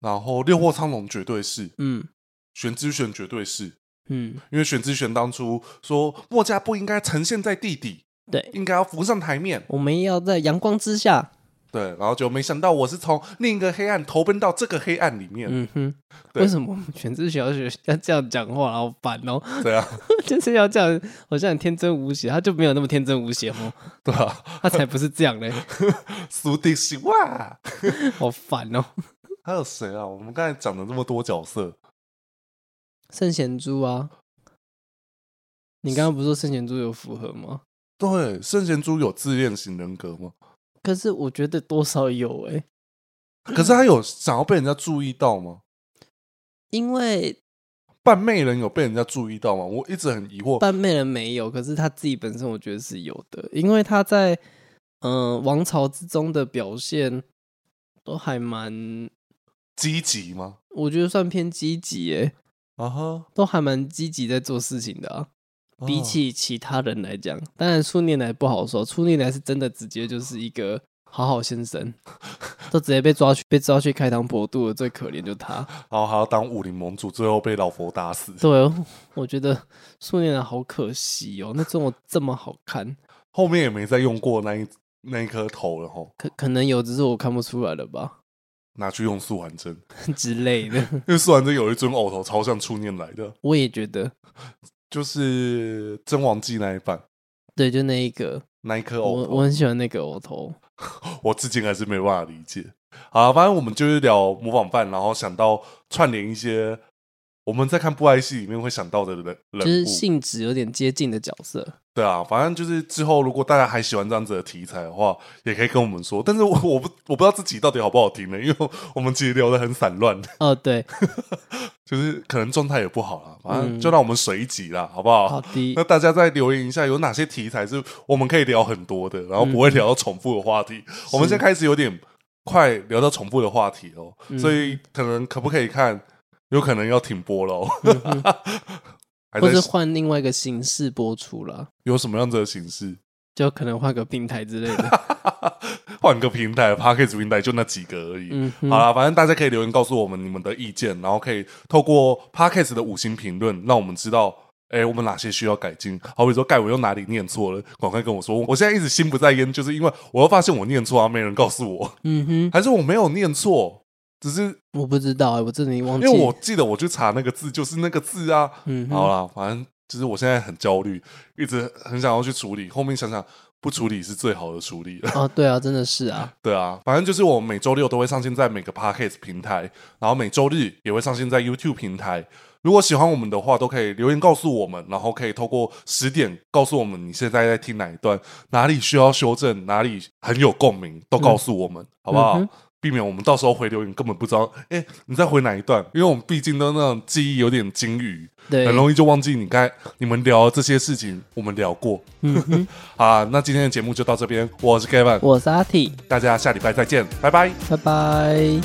Speaker 1: 然后六祸苍龙绝对是，
Speaker 2: 嗯
Speaker 1: 玄之玄绝对是，
Speaker 2: 嗯，
Speaker 1: 因为玄之玄当初说墨家不应该呈现在地底，
Speaker 2: 对，
Speaker 1: 应该要浮上台面。
Speaker 2: 我们要在阳光之下，
Speaker 1: 对，然后就没想到我是从另一个黑暗投奔到这个黑暗里面，
Speaker 2: 嗯哼，
Speaker 1: 对
Speaker 2: 为什么全智小学要这样讲话，好烦哦， *laughs*
Speaker 1: 对啊， *laughs*
Speaker 2: 就是要这样，好像很天真无邪，他就没有那么天真无邪哦，
Speaker 1: 对啊， *laughs*
Speaker 2: 他才不是这样嘞， *laughs*
Speaker 1: 苏迪西哇，
Speaker 2: 好烦哦，
Speaker 1: 还有谁啊？我们刚才讲了这么多角色，
Speaker 2: 圣贤珠啊，你刚刚不是说圣贤珠有符合吗？
Speaker 1: 对，圣贤珠有自恋型人格吗？
Speaker 2: 可是我觉得多少有哎、
Speaker 1: 可是他有想要被人家注意到吗？
Speaker 2: 因为
Speaker 1: 扮妹人有被人家注意到吗？我一直很疑惑。
Speaker 2: 半妹人没有，可是他自己本身我觉得是有的，因为他在嗯、呃王朝之中的表现都还蛮，
Speaker 1: 积极吗？
Speaker 2: 我觉得算偏积极耶，
Speaker 1: 啊哈，
Speaker 2: 都还蛮积极在做事情的啊。比
Speaker 1: 哦
Speaker 2: 起其他人来讲，当然初恋来不好说，初恋来是真的直接就是一个好好先生， *laughs* 都直接被抓去被抓去开膛破肚了，最可怜就他。
Speaker 1: 然后还要当武林盟主，最后被老佛打死。
Speaker 2: 对哦，我觉得初恋来好可惜哦，那中我这么好看。
Speaker 1: 后面也没再用过那一那一颗头了吼，
Speaker 2: 可可能有，只是我看不出来了吧
Speaker 1: 拿去用素还真，
Speaker 2: *laughs* 之类的。
Speaker 1: 因为素还真有一尊偶头超像初念来的，
Speaker 2: 我也觉得，
Speaker 1: 就是《真王记》那一版
Speaker 2: 对，就那一个，
Speaker 1: 那一颗偶
Speaker 2: 我
Speaker 1: 头，
Speaker 2: 我
Speaker 1: 我
Speaker 2: 很喜欢那个偶头。
Speaker 1: 至今还是没办法理解。好啊啦，反正我们就是聊模仿犯，然后想到串联一些我们在看布爱戏里面会想到的人人物，
Speaker 2: 就是性质有点接近的角色。
Speaker 1: 对啊，反正就是之后如果大家还喜欢这样子的题材的话，也可以跟我们说。但是我我不我不知道自己到底好不好听呢，因为我们其实聊得很散乱， *laughs*
Speaker 2: 哦，对，
Speaker 1: 就是可能状态也不好啦。反正
Speaker 2: 嗯
Speaker 1: 就让我们随集啦，好不好？
Speaker 2: 好
Speaker 1: *laughs*
Speaker 2: 的
Speaker 1: 那，大家再留言一下，有哪些题材是我们可以聊很多的，然后不会聊到重复的话
Speaker 2: 嗯
Speaker 1: 题。我们现在开始有点快聊到重复的话题哦，
Speaker 2: 嗯
Speaker 1: 所以可能可不可以看？有可能要停播喽。 *laughs* 还
Speaker 2: 嗯或
Speaker 1: 在
Speaker 2: 是换另外一个形式播出啦，
Speaker 1: 有什么样子的形式？ *laughs*
Speaker 2: 就可能换个平台之类的。
Speaker 1: 换个平台 p a c k a g e 平台就那几个而已。
Speaker 2: 嗯哼，
Speaker 1: 好啦，反正大家可以留言告诉我们你们的意见，然后可以透过 podcast 的五星评论，让我们知道，哎、我们哪些需要改进。好比说，盖我又哪里念错了，赶快跟我说。我现在一直心不在焉，就是因为我又发现我念错啊，没人告诉我， *laughs*
Speaker 2: 嗯哼，
Speaker 1: 还是我没有念错，只是
Speaker 2: 我不知道、欸，我真的忘
Speaker 1: 因
Speaker 2: 记。
Speaker 1: 为我记得我去查那个字就是那个字啊。
Speaker 2: 嗯哼，
Speaker 1: 好啦，反正就是我现在很焦虑，一直很想要去处理，后面想想不处理是最好的处理了。
Speaker 2: 哦，对啊，真的是啊，
Speaker 1: 对啊，反正就是我每周六都会上线在每个 podcast 平台，然后每周日也会上线在 YouTube 平台。如果喜欢我们的话，都可以留言告诉我们，然后可以透过十点告诉我们你现在在听哪一段，哪里需要修正，哪里很有共鸣，都告诉我们，好不好？
Speaker 2: 嗯哼
Speaker 1: 避免我们到时候回留言根本不知道，哎，你再回哪一段？因为我们毕竟都那种记忆有点金鱼，
Speaker 2: 对，
Speaker 1: 很容易就忘记你该你们聊的这些事情，我们聊过。
Speaker 2: 嗯哼，
Speaker 1: *laughs* 好啊，那今天的节目就到这边，我是 Kevin，
Speaker 2: 我是阿 T，
Speaker 1: 大家下礼拜再见，拜拜。
Speaker 2: 拜拜。